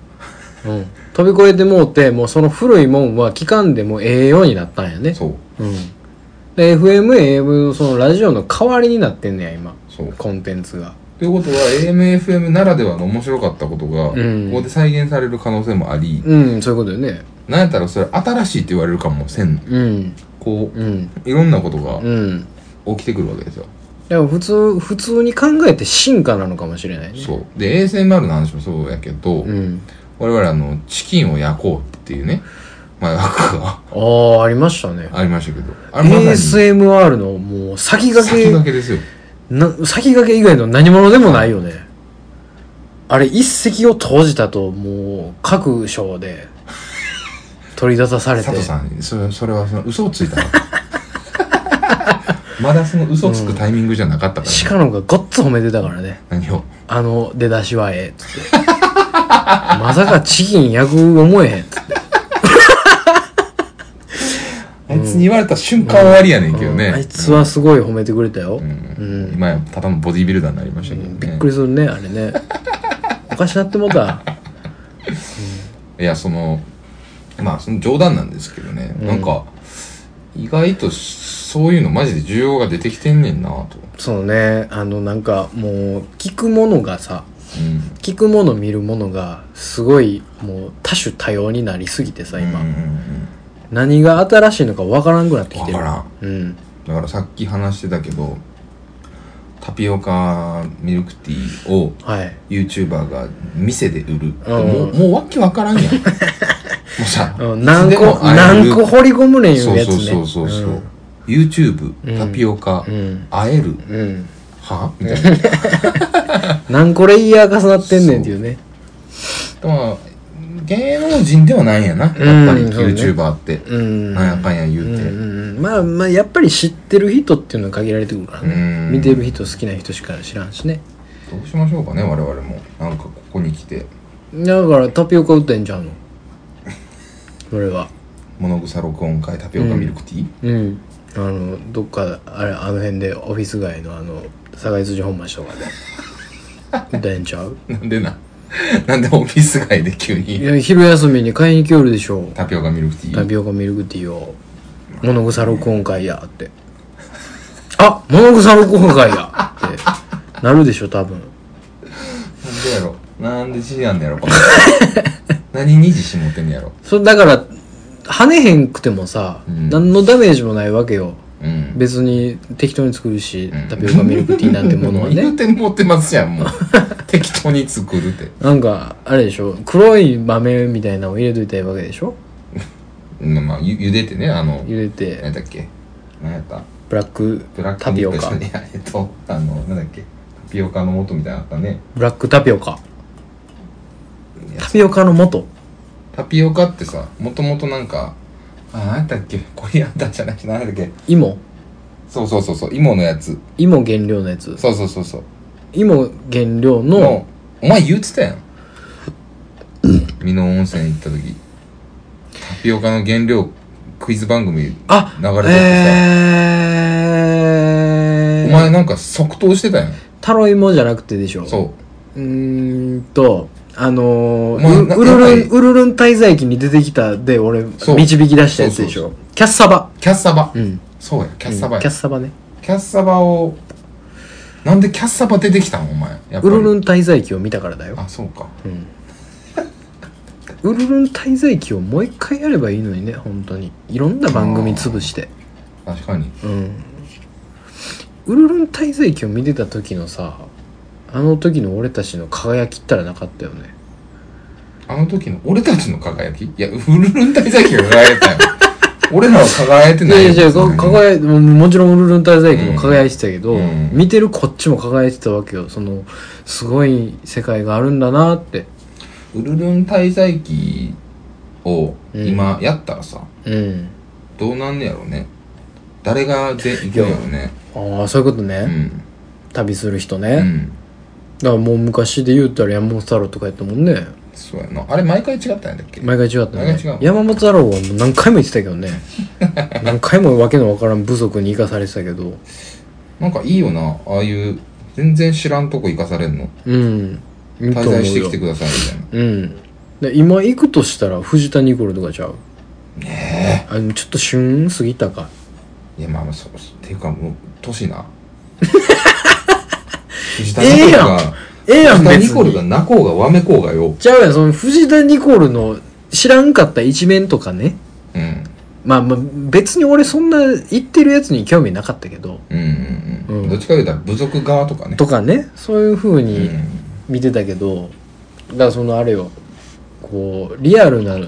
Speaker 1: うん。飛び越えてもうて、もうその古いもんは期間でもええようになったんやね。
Speaker 2: そう
Speaker 1: うん。で、FM、AM のそのラジオの代わりになってんねや、今。
Speaker 2: そう
Speaker 1: コンテンツが。
Speaker 2: ということは AMFM ならではの面白かったことが、
Speaker 1: うん
Speaker 2: ここで再現される可能性もあり、
Speaker 1: うん、そういうことよね。
Speaker 2: なんやったらそれ新しいって言われるかもせん
Speaker 1: うん。
Speaker 2: こ
Speaker 1: うん。
Speaker 2: ういろんなこと
Speaker 1: う
Speaker 2: が
Speaker 1: ん。
Speaker 2: 起きてくるわけですよ、
Speaker 1: でも普通、普通に考えて進化なのかもしれないね。
Speaker 2: そうで ASMR の話もそうやけど、
Speaker 1: うん。
Speaker 2: 我々あのチキンを焼こうっていうねまあ枠 が
Speaker 1: ああ、ありましたね。
Speaker 2: ありましたけどあれまさに
Speaker 1: ASMR のもう先駆
Speaker 2: 先
Speaker 1: け
Speaker 2: 駆けですよ
Speaker 1: な先駆け以外の何者でもないよねあれ一石を投じたともう各章で 取り出さされて
Speaker 2: 佐藤さんそれそれはその 嘘をついたなまだその嘘つくタイミングじゃなかったから、ね
Speaker 1: 鹿野がごっつ褒めてたからね
Speaker 2: 何を
Speaker 1: あの出だしはええっつって まさかチキン焼く思えへんっつって
Speaker 2: あいつに言われた瞬間終わりやねんけどね、
Speaker 1: あいつはすごい褒めてくれたよ
Speaker 2: う、ん、
Speaker 1: うん
Speaker 2: 今やただのボディービルダーになりましたけどね、
Speaker 1: びっくりするねあれ ねおかしなってもうた
Speaker 2: いやそのまあその冗談なんですけどね、
Speaker 1: ん
Speaker 2: なんか意外とそういうのマジで需要が出てきてんねんなと
Speaker 1: そうねあのなんかもう聞くものがさ
Speaker 2: うん
Speaker 1: 聞くもの見るものがすごいもう多種多様になりすぎてさ今、
Speaker 2: うんうんうん
Speaker 1: 何が新しいのかわからんくなってきてる
Speaker 2: わか
Speaker 1: うん
Speaker 2: だからさっき話してたけどタピオカミルクティーを
Speaker 1: はい
Speaker 2: YouTuber が店で売るって
Speaker 1: うん
Speaker 2: もうもうわけわからんやんもうさ
Speaker 1: うん何個何個掘り込むねんいうやつね
Speaker 2: そうそうそうそう、YouTube
Speaker 1: うん
Speaker 2: タピオカ、
Speaker 1: うん
Speaker 2: 会える
Speaker 1: うん、うん、
Speaker 2: はみたいなで
Speaker 1: 何個レイヤー重なってんねんっていうね
Speaker 2: も芸能人ではないんやなやっぱり
Speaker 1: うんそうね
Speaker 2: YouTuber って、
Speaker 1: うん
Speaker 2: なんやかんや言うて、
Speaker 1: うんうんうんまあまあやっぱり知ってる人っていうのは限られてくるから
Speaker 2: うん
Speaker 1: ね見てる人好きな人しか知らんしね
Speaker 2: どうしましょうかね我々もなんかここに来て
Speaker 1: だからタピオカ売ってんちゃ うのそれは
Speaker 2: 物草録音会タピオカミルクティー、
Speaker 1: うんあのどっかあれあの辺でオフィス街のあの堺筋本町とかで売 ってんちゃう
Speaker 2: なんでななんでオフィス街で急
Speaker 1: い
Speaker 2: に
Speaker 1: や昼休みに買いに来よるでしょう
Speaker 2: タピオカミルクティ
Speaker 1: タ
Speaker 2: ー
Speaker 1: ピオカミルクティーを「物草録音会や」 って「あ物草録音会や」ってなるでしょ多分
Speaker 2: なんでやろなんで知らんのやろこれ 何2時しもてんのやろ
Speaker 1: それだから跳ねへんくてもさ、
Speaker 2: うん
Speaker 1: 何のダメージもないわけよ
Speaker 2: うん
Speaker 1: 別に適当に作るし、
Speaker 2: うん
Speaker 1: タピオカミルクティーなんてものは
Speaker 2: 言
Speaker 1: ね
Speaker 2: うて持ってますや んもう適当に作るって
Speaker 1: なんかあれでしょ黒い豆みたいなのを入れといたいわけでしょ
Speaker 2: うんまあゆゆでてねあの
Speaker 1: 入れ
Speaker 2: 何
Speaker 1: て
Speaker 2: やったっけ何やった
Speaker 1: ブラック
Speaker 2: ブラック
Speaker 1: タピオカ
Speaker 2: ミルク じゃねええっとあのなんだっけタピオカの元みたいなのあったね
Speaker 1: ブラックタピオカタピオカの元
Speaker 2: タピオカってさもともとなんかあ何やったっけコリアンダーじゃなくて何やったっけ
Speaker 1: 芋
Speaker 2: そうそうそうそう芋のやつ
Speaker 1: 芋原料のやつ
Speaker 2: そうそうそうそう
Speaker 1: 芋原料の
Speaker 2: のお前言うてた やん美濃温泉行った時タピオカの原料クイズ番組流れてて
Speaker 1: あ
Speaker 2: さ、
Speaker 1: えー、
Speaker 2: お前なんか即答してたやん
Speaker 1: タロイモじゃなくてでしょ
Speaker 2: そう
Speaker 1: うーんとあの
Speaker 2: まあ
Speaker 1: ー
Speaker 2: な
Speaker 1: うウル
Speaker 2: なん
Speaker 1: ルン
Speaker 2: か
Speaker 1: ウルルン滞在期に出てきたで俺
Speaker 2: そう
Speaker 1: 導き出したやつでし
Speaker 2: そう
Speaker 1: ょキャッサバ
Speaker 2: キャッサバ、
Speaker 1: うん
Speaker 2: そうやキャッサバ
Speaker 1: う
Speaker 2: や、
Speaker 1: んキャッサバね
Speaker 2: キャッサバをなんでキャッサバ出てきたんお前やっぱり
Speaker 1: ウルルン滞在期を見たからだよ
Speaker 2: あそうか
Speaker 1: うんウルルン滞在期をもう一回やればいいのにね本当にいろんな番組潰して
Speaker 2: 確かに
Speaker 1: うんウルルン滞在期を見てた時のさあの時の俺たちの輝きったらなかったよね
Speaker 2: あの時の俺たちの輝きいやウルルン滞在期が輝いたよ俺らは輝いて
Speaker 1: い
Speaker 2: ない
Speaker 1: や
Speaker 2: よ
Speaker 1: いやか輝いももちろんウルルン滞在期も輝いてたけど、
Speaker 2: うん
Speaker 1: 見てるこっちも輝いてたわけよそのすごい世界があるんだなって
Speaker 2: ウルルン滞在期を今やったらさ、
Speaker 1: うん
Speaker 2: どうなんねやろうね誰がで行くんやろうね
Speaker 1: ああそういうことね、
Speaker 2: うん
Speaker 1: 旅する人ね、
Speaker 2: うん
Speaker 1: だからもう昔で言うたら山本太郎とかやったもんね
Speaker 2: そうやなあれ毎回違ったんやだっけ
Speaker 1: 毎回違った
Speaker 2: 毎回違
Speaker 1: ね
Speaker 2: う
Speaker 1: 山本太郎はもう何回も言ってたけど ね何回もわけのわからん部族に生かされてたけど
Speaker 2: なんかいいよなああいう全然知らんとこ行かされんの
Speaker 1: うん滞
Speaker 2: 滞在してきてくださいみたいな
Speaker 1: うんで今行くとしたら藤田ニコルとかちゃう
Speaker 2: ね
Speaker 1: あでもちょっと旬過ぎたか
Speaker 2: えいやまあまあそうそうっていうかもう年な藤 田
Speaker 1: ええ
Speaker 2: ニコル
Speaker 1: やん
Speaker 2: が
Speaker 1: ええやん
Speaker 2: 藤田
Speaker 1: 別
Speaker 2: ニコルが
Speaker 1: に
Speaker 2: なこうがわめこうがよ
Speaker 1: ちゃうやんその藤田ニコルの知らんかった一面とかね
Speaker 2: うん
Speaker 1: まあまあ別に俺そんな言ってるやつに興味なかったけど
Speaker 2: うんうんうん、
Speaker 1: うん
Speaker 2: どっちかというと部族側とかね
Speaker 1: とかねそういう風
Speaker 2: う
Speaker 1: に
Speaker 2: ん
Speaker 1: 見てたけどだからそのあれよこうリアルな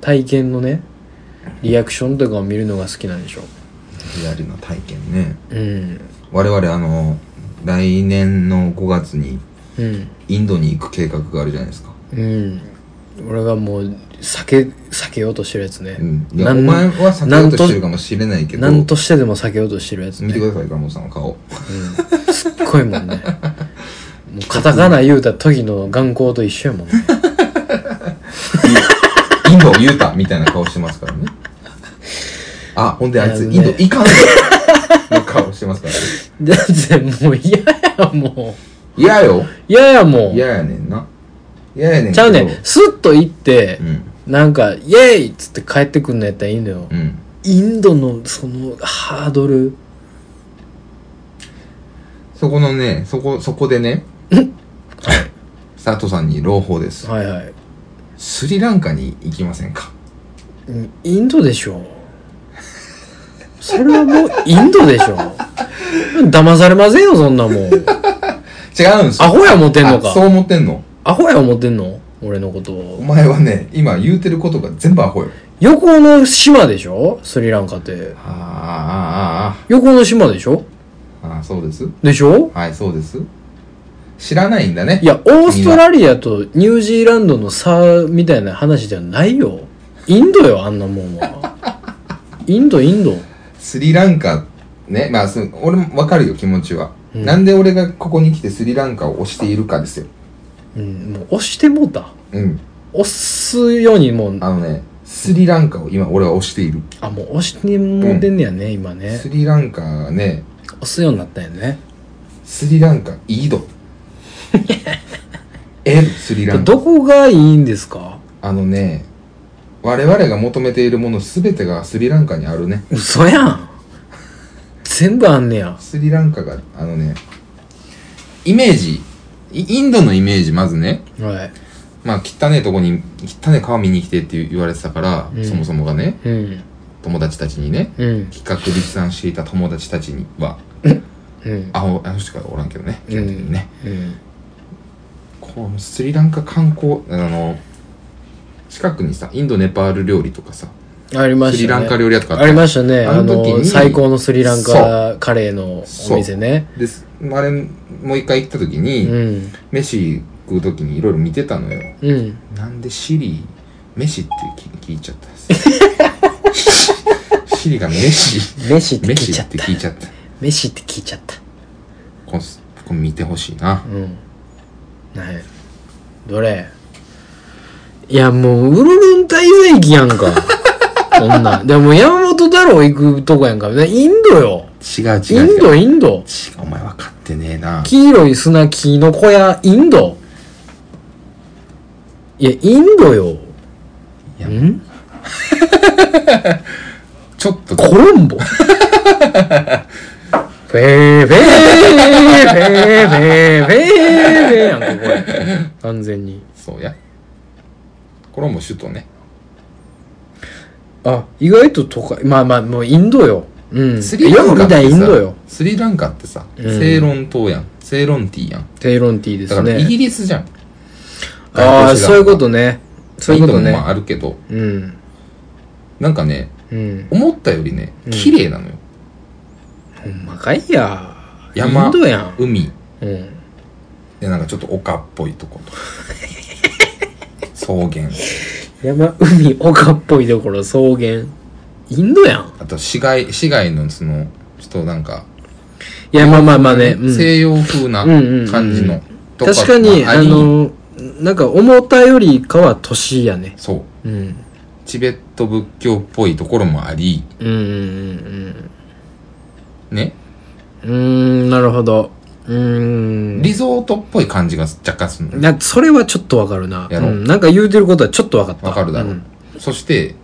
Speaker 1: 体験のねリアクションとかを見るのが好きなんでしょ
Speaker 2: リアルな体験ね
Speaker 1: うん
Speaker 2: 我々あの来年の5月に
Speaker 1: うん
Speaker 2: インドに行く計画があるじゃないですか、
Speaker 1: うん俺がもう避け避けようとしてるやつね、
Speaker 2: うん、いや
Speaker 1: な
Speaker 2: お
Speaker 1: ん
Speaker 2: 前は避けようとしてるかもしれないけど
Speaker 1: 何としてでも避けようとしてるやつね
Speaker 2: 見てくださいガモさんの顔
Speaker 1: うん、すっごいもん ねもうカタカナ言うた時の眼光と一緒や もんね
Speaker 2: インドを言うたみたいな顔してますからねあほんであいつ
Speaker 1: い
Speaker 2: イ
Speaker 1: や
Speaker 2: ン
Speaker 1: ね
Speaker 2: ド行かんぞの顔してますから
Speaker 1: だ
Speaker 2: ね
Speaker 1: ってもう嫌やもう
Speaker 2: 嫌よ
Speaker 1: 嫌やも
Speaker 2: 嫌
Speaker 1: う
Speaker 2: やねんな嫌やねんけど
Speaker 1: ちゃうねんスッと行って、
Speaker 2: うん
Speaker 1: なんか、イエーイっつって帰ってくんのやったらいいのよ。
Speaker 2: うん
Speaker 1: インドのそのハードル。
Speaker 2: そこのねそこそこでね佐藤さんに朗報です。
Speaker 1: はいはい
Speaker 2: スリランカに行きませんか
Speaker 1: うんインドでしょそれはもうインドでしょ騙されませんよそんなもん
Speaker 2: 違うんですよ。
Speaker 1: アホや思ってんの
Speaker 2: あそ
Speaker 1: か
Speaker 2: う思ってんの。
Speaker 1: アホや思ってんの俺のこと
Speaker 2: お
Speaker 1: を
Speaker 2: 前はね、今言うてることが全部アホよ。
Speaker 1: 横の島でしょスリランカって
Speaker 2: ああ、
Speaker 1: 横の島でしょ
Speaker 2: ああ、ああ、ああ、そうです。
Speaker 1: でしょ
Speaker 2: はい、そうです。知らないんだね。
Speaker 1: いや、オーストラリアとニュージーランドの差みたいな話じゃないよ。インドよ、あんなもんは。インド、インド。
Speaker 2: スリランカ、ね、まあ、す俺もわかるよ、気持ちは。
Speaker 1: うん
Speaker 2: なんで俺がここに来てスリランカを推しているかですよ。
Speaker 1: うん、もう押してもうた。
Speaker 2: うん。
Speaker 1: 押すようにもう、
Speaker 2: あのね、スリランカを今俺は推している。
Speaker 1: あ、もう押してもうてんねやね、今ね
Speaker 2: ス。リランカがね、
Speaker 1: 押すようになったんやね。
Speaker 2: スリランカい いど。えスリランカ。
Speaker 1: どこがいいんですか
Speaker 2: あのね、我々が求めているものすべてがスリランカにあるね。
Speaker 1: 嘘やん。全部あんねや。
Speaker 2: スリランカが、あのね、イメージ、イインドのイメージ、まずね、
Speaker 1: はい。
Speaker 2: まあ、汚ねえとこに、汚ねえ川見に来てって言われてたから、
Speaker 1: うん
Speaker 2: そもそもがね、
Speaker 1: うん、
Speaker 2: 友達たちにね、
Speaker 1: うん、
Speaker 2: 企画立案していた友達たちには、
Speaker 1: うん、
Speaker 2: あの、あの人からおらんけどね、基本的にね、
Speaker 1: うん。
Speaker 2: こう、スリランカ観光、あの、近くにさ、インド、ネパール料理とかさ、
Speaker 1: ありましたね。
Speaker 2: スリランカ料理屋とか
Speaker 1: ありま
Speaker 2: し
Speaker 1: したね。
Speaker 2: あ
Speaker 1: あ
Speaker 2: の時に
Speaker 1: の、最高のスリランカカレーのお店ね。
Speaker 2: た。です、あれ、もう一回行った時
Speaker 1: う
Speaker 2: に、
Speaker 1: ん。
Speaker 2: 飯食う時にいろいろ見てたのよ。
Speaker 1: うん。
Speaker 2: なんでシリ、飯って聞聞いちゃったん ですシリが飯、
Speaker 1: 飯って 聞いち
Speaker 2: 飯
Speaker 1: ゃ
Speaker 2: っ
Speaker 1: ってた。
Speaker 2: 聞いちゃった。
Speaker 1: 飯って聞いちゃった。
Speaker 2: こんこん見てほしいな
Speaker 1: う。ん。はい。どれいや、もう、ウルルン滞在駅やん か。こんなん。でも、山本太郎行くとこやんか。インドよ。
Speaker 2: 違う
Speaker 1: イ
Speaker 2: 違う違う。
Speaker 1: ンド、インド。
Speaker 2: 違うお前分かってねえな。
Speaker 1: 黄色い砂、キノコや、インド。いや、インドよ。
Speaker 2: いや
Speaker 1: ん
Speaker 2: ちょっと、
Speaker 1: コロン ボ。フェーフェーフェーフェーフェーフェーフェーやんか、これ。完全に。
Speaker 2: そうや。コロンボ首都ね。
Speaker 1: あ、意外と都会。まあまあ、もうインドよ。うん。
Speaker 2: スリラン
Speaker 1: よく
Speaker 2: カっ
Speaker 1: 見た
Speaker 2: て
Speaker 1: インド
Speaker 2: さ
Speaker 1: よ。、
Speaker 2: スリランカってさ、
Speaker 1: うん
Speaker 2: セイロン島やん。セイロンティーやん。
Speaker 1: テイロンティーで
Speaker 2: だか
Speaker 1: す
Speaker 2: らイギ
Speaker 1: ね。
Speaker 2: リスじゃん。
Speaker 1: ああ、そういうこと
Speaker 2: ね。
Speaker 1: ね。そういうこと
Speaker 2: インドもま
Speaker 1: ね
Speaker 2: あ。あるけど、
Speaker 1: うん。
Speaker 2: なんかね、
Speaker 1: うん。
Speaker 2: 思ったよりね、
Speaker 1: うん
Speaker 2: 綺麗なのよ。
Speaker 1: ほんまかいや。
Speaker 2: 山
Speaker 1: インドや
Speaker 2: 海。
Speaker 1: ん。うん。
Speaker 2: でなんかちょっと丘っぽい とこと草原
Speaker 1: 山、海、丘っぽいところ、草原。インドやん。
Speaker 2: あと市街市街のそのちょっとなんか、
Speaker 1: いや、まあまあまあね。うん
Speaker 2: 西洋風な
Speaker 1: うんうんうんうん
Speaker 2: 感じのと
Speaker 1: 確かに、
Speaker 2: ま
Speaker 1: あ、
Speaker 2: り
Speaker 1: の、なんか思ったよりかは年やね。
Speaker 2: そう
Speaker 1: うん。
Speaker 2: チベット仏教っぽいところもあり
Speaker 1: うんうん
Speaker 2: ね
Speaker 1: うんうん。うーん、なるほど。うーん。
Speaker 2: リゾートっぽい感じが若干するの
Speaker 1: なそれはちょっとわかるな。
Speaker 2: やろ
Speaker 1: うん。なんか言うてることはちょっとわかった。
Speaker 2: わかるだろ
Speaker 1: う
Speaker 2: うんそして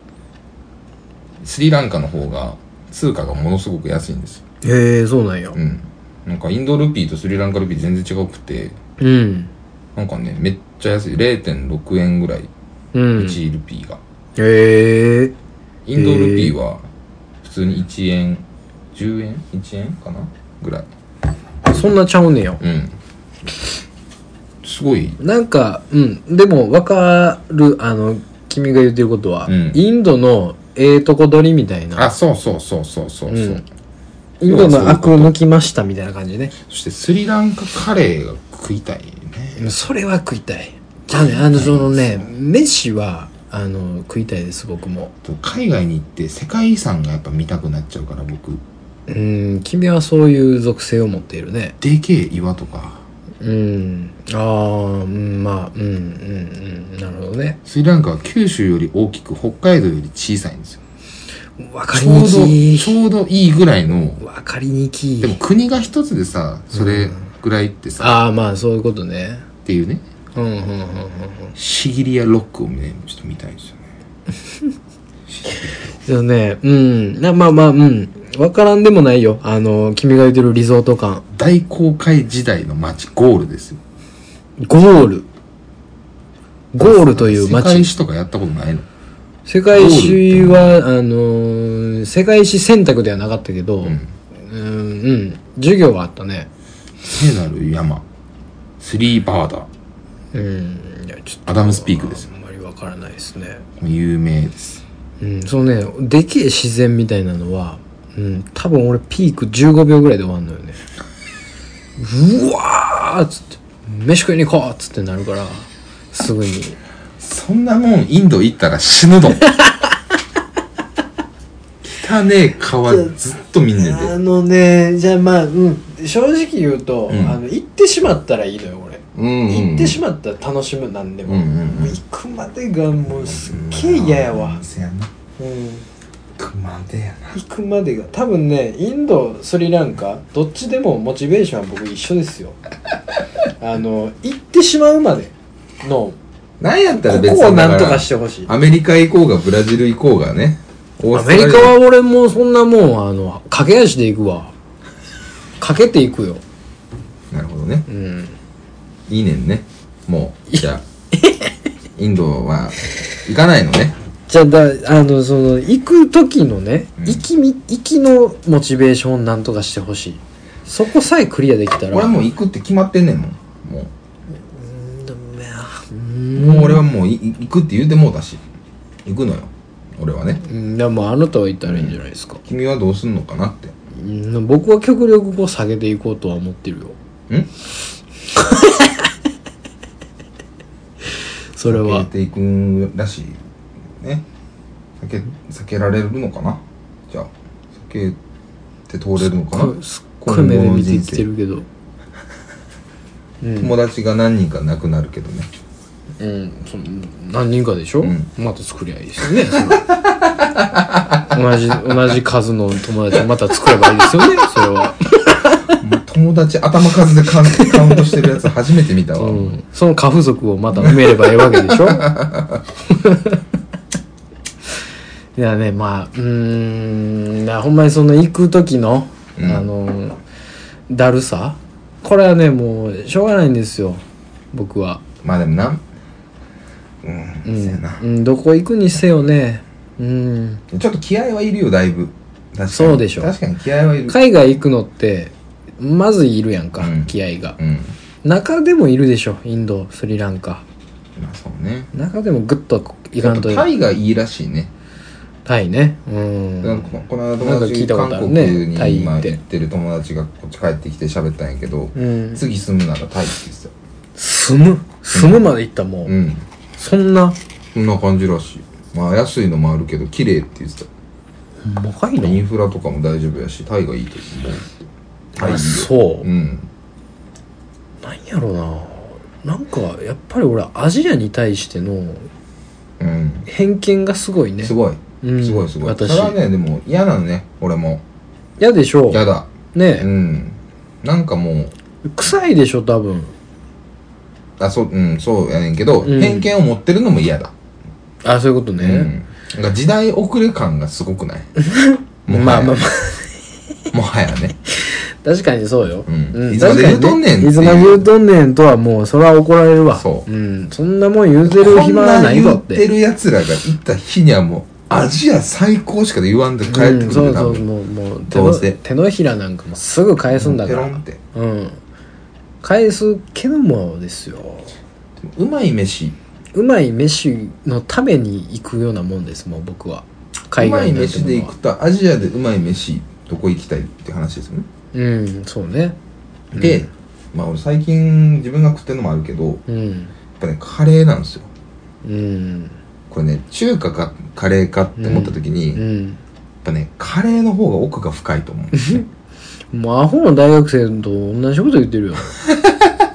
Speaker 2: スリランカの方が通貨がものすごく安いんですよ
Speaker 1: へえ、そうなんや
Speaker 2: う。んなんかインドルピーとスリランカルピー全然違くて
Speaker 1: うん。
Speaker 2: なんかねめっちゃ安い0.6円ぐらい
Speaker 1: うん。
Speaker 2: 1ルピーが、
Speaker 1: へえ。
Speaker 2: インドルピーは普通に1円10円1円かなぐらい
Speaker 1: そんなちゃうねや。
Speaker 2: うんすごい
Speaker 1: なんか、うん。でも、わかる、あの、君が言ってることは、
Speaker 2: うん
Speaker 1: インドのええとこ取りみたいな。
Speaker 2: あそうそうそうそうそうそう、
Speaker 1: うんインドの悪を抜きましたみたいな感じね。
Speaker 2: そしてスリランカカレーが食いたいね
Speaker 1: それは食いたい。じゃあね、あの、そのね、飯は、あの、食いたいです、僕も。
Speaker 2: と海外に行って世界遺産がやっぱ見たくなっちゃうから僕
Speaker 1: うん、君はそういう属性を持っているね。
Speaker 2: でけえ岩とか
Speaker 1: うん。ああ、うん、まあ、うん、うん、うん。なるほどね。
Speaker 2: スリランカは九州より大きく北海道より小さいんですよ
Speaker 1: わか
Speaker 2: ち
Speaker 1: り
Speaker 2: ょう
Speaker 1: に
Speaker 2: どち
Speaker 1: き
Speaker 2: ょうどいいぐらいの
Speaker 1: わかりにき
Speaker 2: でも国が一つでさそれぐらいってさ、
Speaker 1: ああ、まあ、そういうことね。
Speaker 2: っていうね
Speaker 1: うん、うん、うん、うん。
Speaker 2: シギリアロックをね、ちょっと見たいんですよね。
Speaker 1: でもね、うん。なまあまあ、うん。わからんでもないよ。あの、君が言ってるリゾート感。
Speaker 2: 大航海時代の街、ゴールですよ。
Speaker 1: ゴール。ゴールという
Speaker 2: 世界
Speaker 1: 街
Speaker 2: 史とかやったことないの
Speaker 1: 世界史はあのー世界史選択ではなかったけど、う
Speaker 2: うんん、
Speaker 1: うん授業はあったね
Speaker 2: 聖なる山スリーバーダ
Speaker 1: うんいやちょっと
Speaker 2: アダムスピークですよ
Speaker 1: あんまりわからないですね
Speaker 2: 有名です
Speaker 1: うんそうねでけえ自然みたいなのは、うん、多分俺ピーク15秒ぐらいで終わんのよねうわーっつって飯食いに行こうっつってなるからすぐに
Speaker 2: そんなもんインド行ったら死ぬどん汚ねえ川ずっと見んねんで
Speaker 1: あのねじゃあまあ、うん、正直言うと、
Speaker 2: うん
Speaker 1: あの行ってしまったらいいのよ俺
Speaker 2: うんうん
Speaker 1: 行ってしまったら楽しむなんでも,、
Speaker 2: うんうんうん
Speaker 1: もう行くまでがもうすっげえ嫌やわ、
Speaker 2: せやな
Speaker 1: うん、
Speaker 2: 熊手やな
Speaker 1: 行くまでが多分ねインドスリランカどっちでもモチベーションは僕一緒 ですよあの行ってしまうまでの
Speaker 2: なんやったら
Speaker 1: こ
Speaker 2: 別に
Speaker 1: こをな
Speaker 2: だら
Speaker 1: んとかしてほしい
Speaker 2: アメリカ行こうがブラジル行こうがねオー
Speaker 1: ア
Speaker 2: ストラ
Speaker 1: メ
Speaker 2: リ
Speaker 1: リ
Speaker 2: ア
Speaker 1: カは俺もうそんなもんあの駆け足で行くわ駆けて行くよ
Speaker 2: なるほどね
Speaker 1: うん
Speaker 2: いいねんねもうじゃあインドは行かないのね
Speaker 1: じゃあだあのその行く時のね、
Speaker 2: うん
Speaker 1: 行きみ行きのモチベーションをなんとかしてほしいそこさえクリアできたら
Speaker 2: 俺はもう行くって決まってんねんもんもう
Speaker 1: うん
Speaker 2: もう俺はもういい行くって言うてもうだし行くのよ俺はね
Speaker 1: うんでもあなたは行ったらいいんじゃないですか、
Speaker 2: 君はどうすんのかなって
Speaker 1: うん、僕は極力こう下げていこうとは思ってるよ
Speaker 2: ん
Speaker 1: それ
Speaker 2: 避
Speaker 1: は
Speaker 2: けていくらしいね避け避けられるのかなじゃあ避けて通れるのかな
Speaker 1: すっごい目で見てきてるけどうん、
Speaker 2: 友達が何人か亡くなるけどね
Speaker 1: うん、その何人かでしょ、
Speaker 2: うん
Speaker 1: また作りゃいいですよねそ れ同じ同じ数の友達をまた作ればいいですよねそれは、
Speaker 2: もう友達頭数でカウンカウントしてるやつ初めて見たわ、
Speaker 1: うん、その過不足をまた埋めればいいわけでしょ いやねまあうーんいやほんまにその行く時の、
Speaker 2: うん
Speaker 1: あのだるさこれはねもうしょうがないんですよ僕は。
Speaker 2: まあでもなうん、
Speaker 1: う
Speaker 2: そや
Speaker 1: ん
Speaker 2: な、
Speaker 1: うん、どこ行くにせよね、うん、
Speaker 2: ちょっと気合はいるよだいぶ確かに
Speaker 1: そうでしょ
Speaker 2: 確かに気合はいる
Speaker 1: 海外行くのってまずいるやんか、
Speaker 2: うん
Speaker 1: 気合が
Speaker 2: うん
Speaker 1: 中でもいるでしょインドスリランカ
Speaker 2: まあそうね
Speaker 1: 中でもグッといかんと
Speaker 2: やっぱタイがいいらしいね、
Speaker 1: タイねうん
Speaker 2: なんかここの
Speaker 1: な
Speaker 2: 間
Speaker 1: ん
Speaker 2: 友
Speaker 1: か
Speaker 2: 達
Speaker 1: 聞いたことある
Speaker 2: 韓国
Speaker 1: ねタイ
Speaker 2: に
Speaker 1: 行
Speaker 2: 今
Speaker 1: って
Speaker 2: 行ってる友達がこっち帰ってきて喋ったんやけど、
Speaker 1: うん
Speaker 2: 次住むならタイって言ってたよ
Speaker 1: 住む住むまで行ったもう、
Speaker 2: うん
Speaker 1: そんな
Speaker 2: そんな感じらしいまあ安いのもあるけど綺麗って言って
Speaker 1: 細かい
Speaker 2: たイン
Speaker 1: の
Speaker 2: フラとかも大丈夫やしタイがいいと思うタイいいよ
Speaker 1: あそう、
Speaker 2: うん
Speaker 1: なんやろななんかやっぱり俺アジアに対しての
Speaker 2: うん
Speaker 1: 偏見がすごいね
Speaker 2: すごい
Speaker 1: うん
Speaker 2: すごいすごい、
Speaker 1: 私
Speaker 2: それはねでも嫌なのね俺も
Speaker 1: 嫌でしょ
Speaker 2: 嫌だう
Speaker 1: ね
Speaker 2: んなんかもう
Speaker 1: え臭いでしょ多分
Speaker 2: あそううんそうやねんけど、
Speaker 1: うん
Speaker 2: 偏見を持ってるのも嫌だ
Speaker 1: あそういうことね、
Speaker 2: うん、なんか時代遅れ感がす ごくないもはや
Speaker 1: まあまあまあ
Speaker 2: もはやね
Speaker 1: 確かにそうよ。
Speaker 2: うん
Speaker 1: うん
Speaker 2: いつまで言うとんねんっていう
Speaker 1: いつまで言うとんねんとはもう、それは怒られるわ。
Speaker 2: そう
Speaker 1: うん。そんなもん言うてる暇はないぞっ
Speaker 2: こん言っ
Speaker 1: て。
Speaker 2: てる奴らが行った日にはもうアジア最高しか言わんで帰ってくる
Speaker 1: うん、
Speaker 2: 多
Speaker 1: そう
Speaker 2: 分
Speaker 1: そう、もう、もう、手
Speaker 2: ど
Speaker 1: の
Speaker 2: うせ
Speaker 1: 手のひらなんかもすぐ返すんだか
Speaker 2: ペロン
Speaker 1: ら
Speaker 2: っ。て
Speaker 1: うん。返すけどもですよ。
Speaker 2: うまい飯
Speaker 1: うまい飯のために行くようなもんです、もう僕は。
Speaker 2: う
Speaker 1: 海
Speaker 2: ま
Speaker 1: 外
Speaker 2: い
Speaker 1: なんて
Speaker 2: 飯
Speaker 1: も
Speaker 2: で
Speaker 1: の
Speaker 2: 行
Speaker 1: は
Speaker 2: く。とアジアでうまい飯どこ行きたいって話ですよね、
Speaker 1: うん、そうね。
Speaker 2: でまあ俺最近自分が食ってるのもあるけどやっ
Speaker 1: うん。
Speaker 2: ぱねカレーなんですよ
Speaker 1: うん。
Speaker 2: これね中華かカレーかって思った時
Speaker 1: う
Speaker 2: に、やっ
Speaker 1: ん。
Speaker 2: ぱねカレーの方が奥が深いと思うんですね
Speaker 1: もうアホの大学生と同じこと言ってる よ。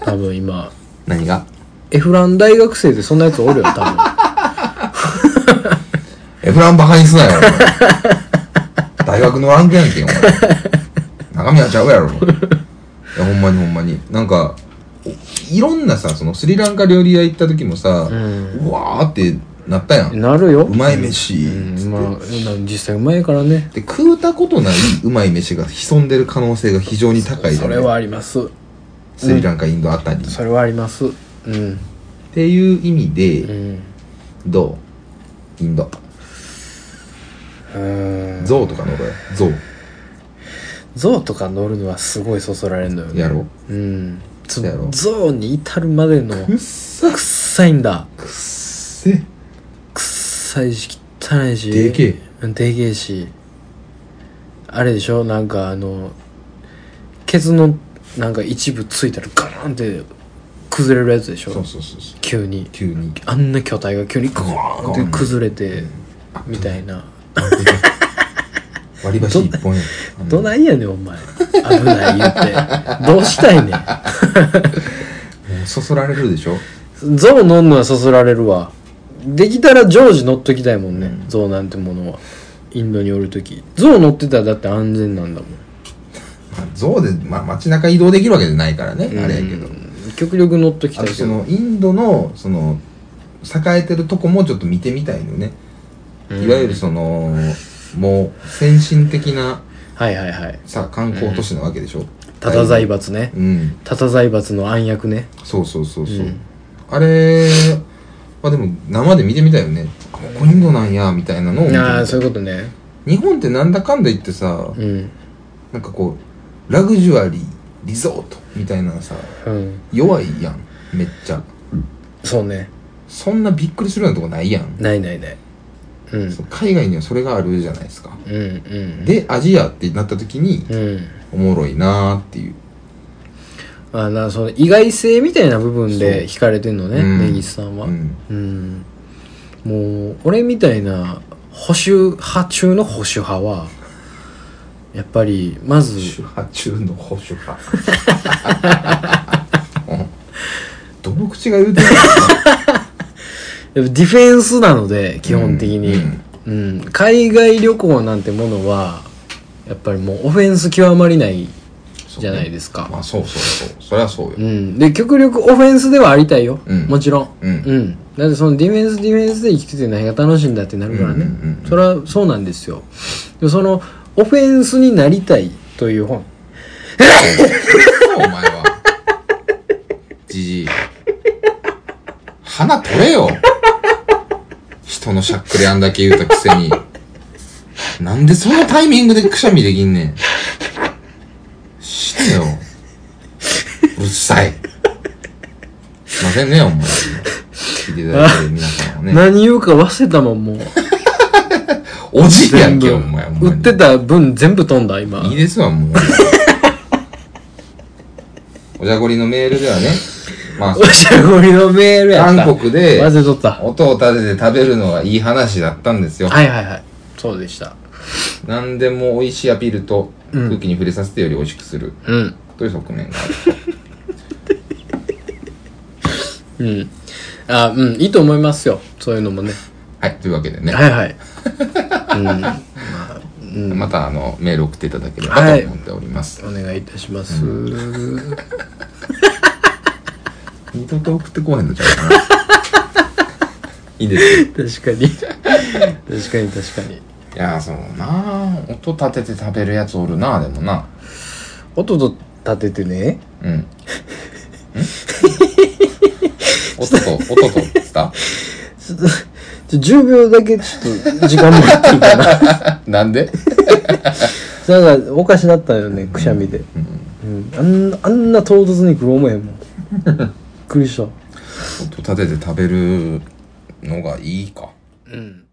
Speaker 1: 多分今。
Speaker 2: 何が
Speaker 1: エフラン大学生でそんなやつおるよ多分
Speaker 2: エフランバカにすなよ、 お前大学のランクやんけん、お前。中身はちゃうやろ。いや、ほんまにほんまに。なんか、おいろんなさ、そのスリランカ料理屋行った時もさ、う
Speaker 1: う
Speaker 2: わーってなったや ん。
Speaker 1: なるよ
Speaker 2: うまい飯、
Speaker 1: うんまあうん実際うまいからね
Speaker 2: で、食うたことないうまい飯が潜んでる可能性が非常に高いじ
Speaker 1: そ
Speaker 2: ゃな
Speaker 1: れ
Speaker 2: い
Speaker 1: はあります
Speaker 2: スリランカ、インドあたりに。
Speaker 1: それはありますうん
Speaker 2: っていう意味で、
Speaker 1: うん
Speaker 2: どうインド
Speaker 1: うん
Speaker 2: ゾウとか乗ろうよゾウ
Speaker 1: ゾウとか乗るのはすごいそそられるのよね
Speaker 2: やろ
Speaker 1: うんつ
Speaker 2: やろ
Speaker 1: ゾウに至るまでの
Speaker 2: うっさ
Speaker 1: くっさいんだ
Speaker 2: くっせ
Speaker 1: くっさいし汚いし
Speaker 2: でけえ
Speaker 1: うんでけえしあれでしょなんかあのケツのなんか一部ついたらガーンって崩れるやつでし
Speaker 2: そ
Speaker 1: ょ
Speaker 2: うそうそうそう
Speaker 1: 急に
Speaker 2: 急に
Speaker 1: あんな巨体が急にガーンって崩れてみたいな
Speaker 2: 割り箸一本や
Speaker 1: どないやねんお前危ない言ってどうしたいねん
Speaker 2: もうそそられるでしょ
Speaker 1: ゾウ乗んのはそそられるわできたら常時乗っときたいもんね、
Speaker 2: うん
Speaker 1: ゾウなんてものはインドにおるときゾウ乗ってたらだって安全なんだもん
Speaker 2: まあゾウで、まあ、街中移動できるわけじゃないからね、あれやけど
Speaker 1: うん極力乗っときた
Speaker 2: あ
Speaker 1: い
Speaker 2: と
Speaker 1: け
Speaker 2: そ
Speaker 1: ど
Speaker 2: のインドのその栄えてるとこもちょっと見てみたいのよね、
Speaker 1: うん
Speaker 2: いわゆるそのもう先進的な
Speaker 1: はいはいはい
Speaker 2: さ観光都市なわけでしょ、
Speaker 1: タタ財閥ね
Speaker 2: うん
Speaker 1: タタ財閥の暗躍ね
Speaker 2: そうそうそうそう、
Speaker 1: うん
Speaker 2: あれはでも生で見てみたいよねあここインドなんやみたいなのを見てみたい
Speaker 1: ああそういうことね
Speaker 2: 日本ってなんだかんだ言ってさ
Speaker 1: うん
Speaker 2: なんかこうラグジュアリーリゾートみたいなさ
Speaker 1: うん
Speaker 2: 弱いやんめっちゃ
Speaker 1: そうね
Speaker 2: そんなびっくりするようなとこないやん、
Speaker 1: ないないないうん
Speaker 2: そう海外にはそれがあるじゃないですか
Speaker 1: うんうん
Speaker 2: でアジアってなった時に
Speaker 1: うん
Speaker 2: おもろいなーっていう
Speaker 1: あーなその意外性みたいな部分で
Speaker 2: そ
Speaker 1: 惹かれてんのね
Speaker 2: うん
Speaker 1: 根岸さんは
Speaker 2: うん
Speaker 1: うんもう俺みたいな保守派中の保守派はやっぱりまず
Speaker 2: 主派中の保守派 うんどの口が言うてんの
Speaker 1: やっぱディフェンスなので基本的に、うん海外旅行なんてものはやっぱりもうオフェンス極まりない じゃないですすか
Speaker 2: まあそうそうそうそりゃそうよ、
Speaker 1: うん、で極力オフェンスではありたいよ、
Speaker 2: うん
Speaker 1: もちろん、
Speaker 2: うん
Speaker 1: だってそのディフェンスディフェンスで生きてて何が楽しいんだってなるからね、
Speaker 2: うんうんうんうん
Speaker 1: それはそうなんですよでそのオフェンスになりたいという本
Speaker 2: お前は。じじい。鼻取れよ。人のしゃっくりあんだけ言うたくせに。なんでそのタイミングでくしゃみできんねん。してよ。うるさい。すいませんね、お前。聞いていただいてる皆さんはね。
Speaker 1: 何言うか忘れたもんもう
Speaker 2: おじいや
Speaker 1: 全
Speaker 2: ん
Speaker 1: 部
Speaker 2: け、お前。お前
Speaker 1: 売ってた分全部飛んだ今
Speaker 2: いいですわ、もう。おじゃこりのメールではね、まあ、
Speaker 1: おしゃごりのメールやった
Speaker 2: 韓国で
Speaker 1: 混ぜとったは
Speaker 2: 音を立てて食べるのはいい話だったんですよ。
Speaker 1: いはいはいそうでした
Speaker 2: 何でも美味しいアピールと
Speaker 1: うん
Speaker 2: 空気に触れさせてより美味しくする
Speaker 1: うん
Speaker 2: という側面がある。
Speaker 1: うんあうんいいと思いますよそういうのもね
Speaker 2: はい、というわけでね、
Speaker 1: はいはいうん
Speaker 2: またあのメール送っていただければと思っております。
Speaker 1: お願いいたします、
Speaker 2: 二度と送ってこうへんのちゃうかな。いいですよ
Speaker 1: 確かに確かに確かに
Speaker 2: いやー、そうなー音立てて食べるやつおるなーでもな。
Speaker 1: 音と立ててね
Speaker 2: うん。ん音と、音とっつった
Speaker 1: ちょっとちょ10秒だけちょっと時間もらっていいか な
Speaker 2: なんで
Speaker 1: なんかおかしなったよねくしゃみで、うんあんなあんな唐突に来る思えへ んもんびっくりした
Speaker 2: 音立てて食べるのがいいか。
Speaker 1: うん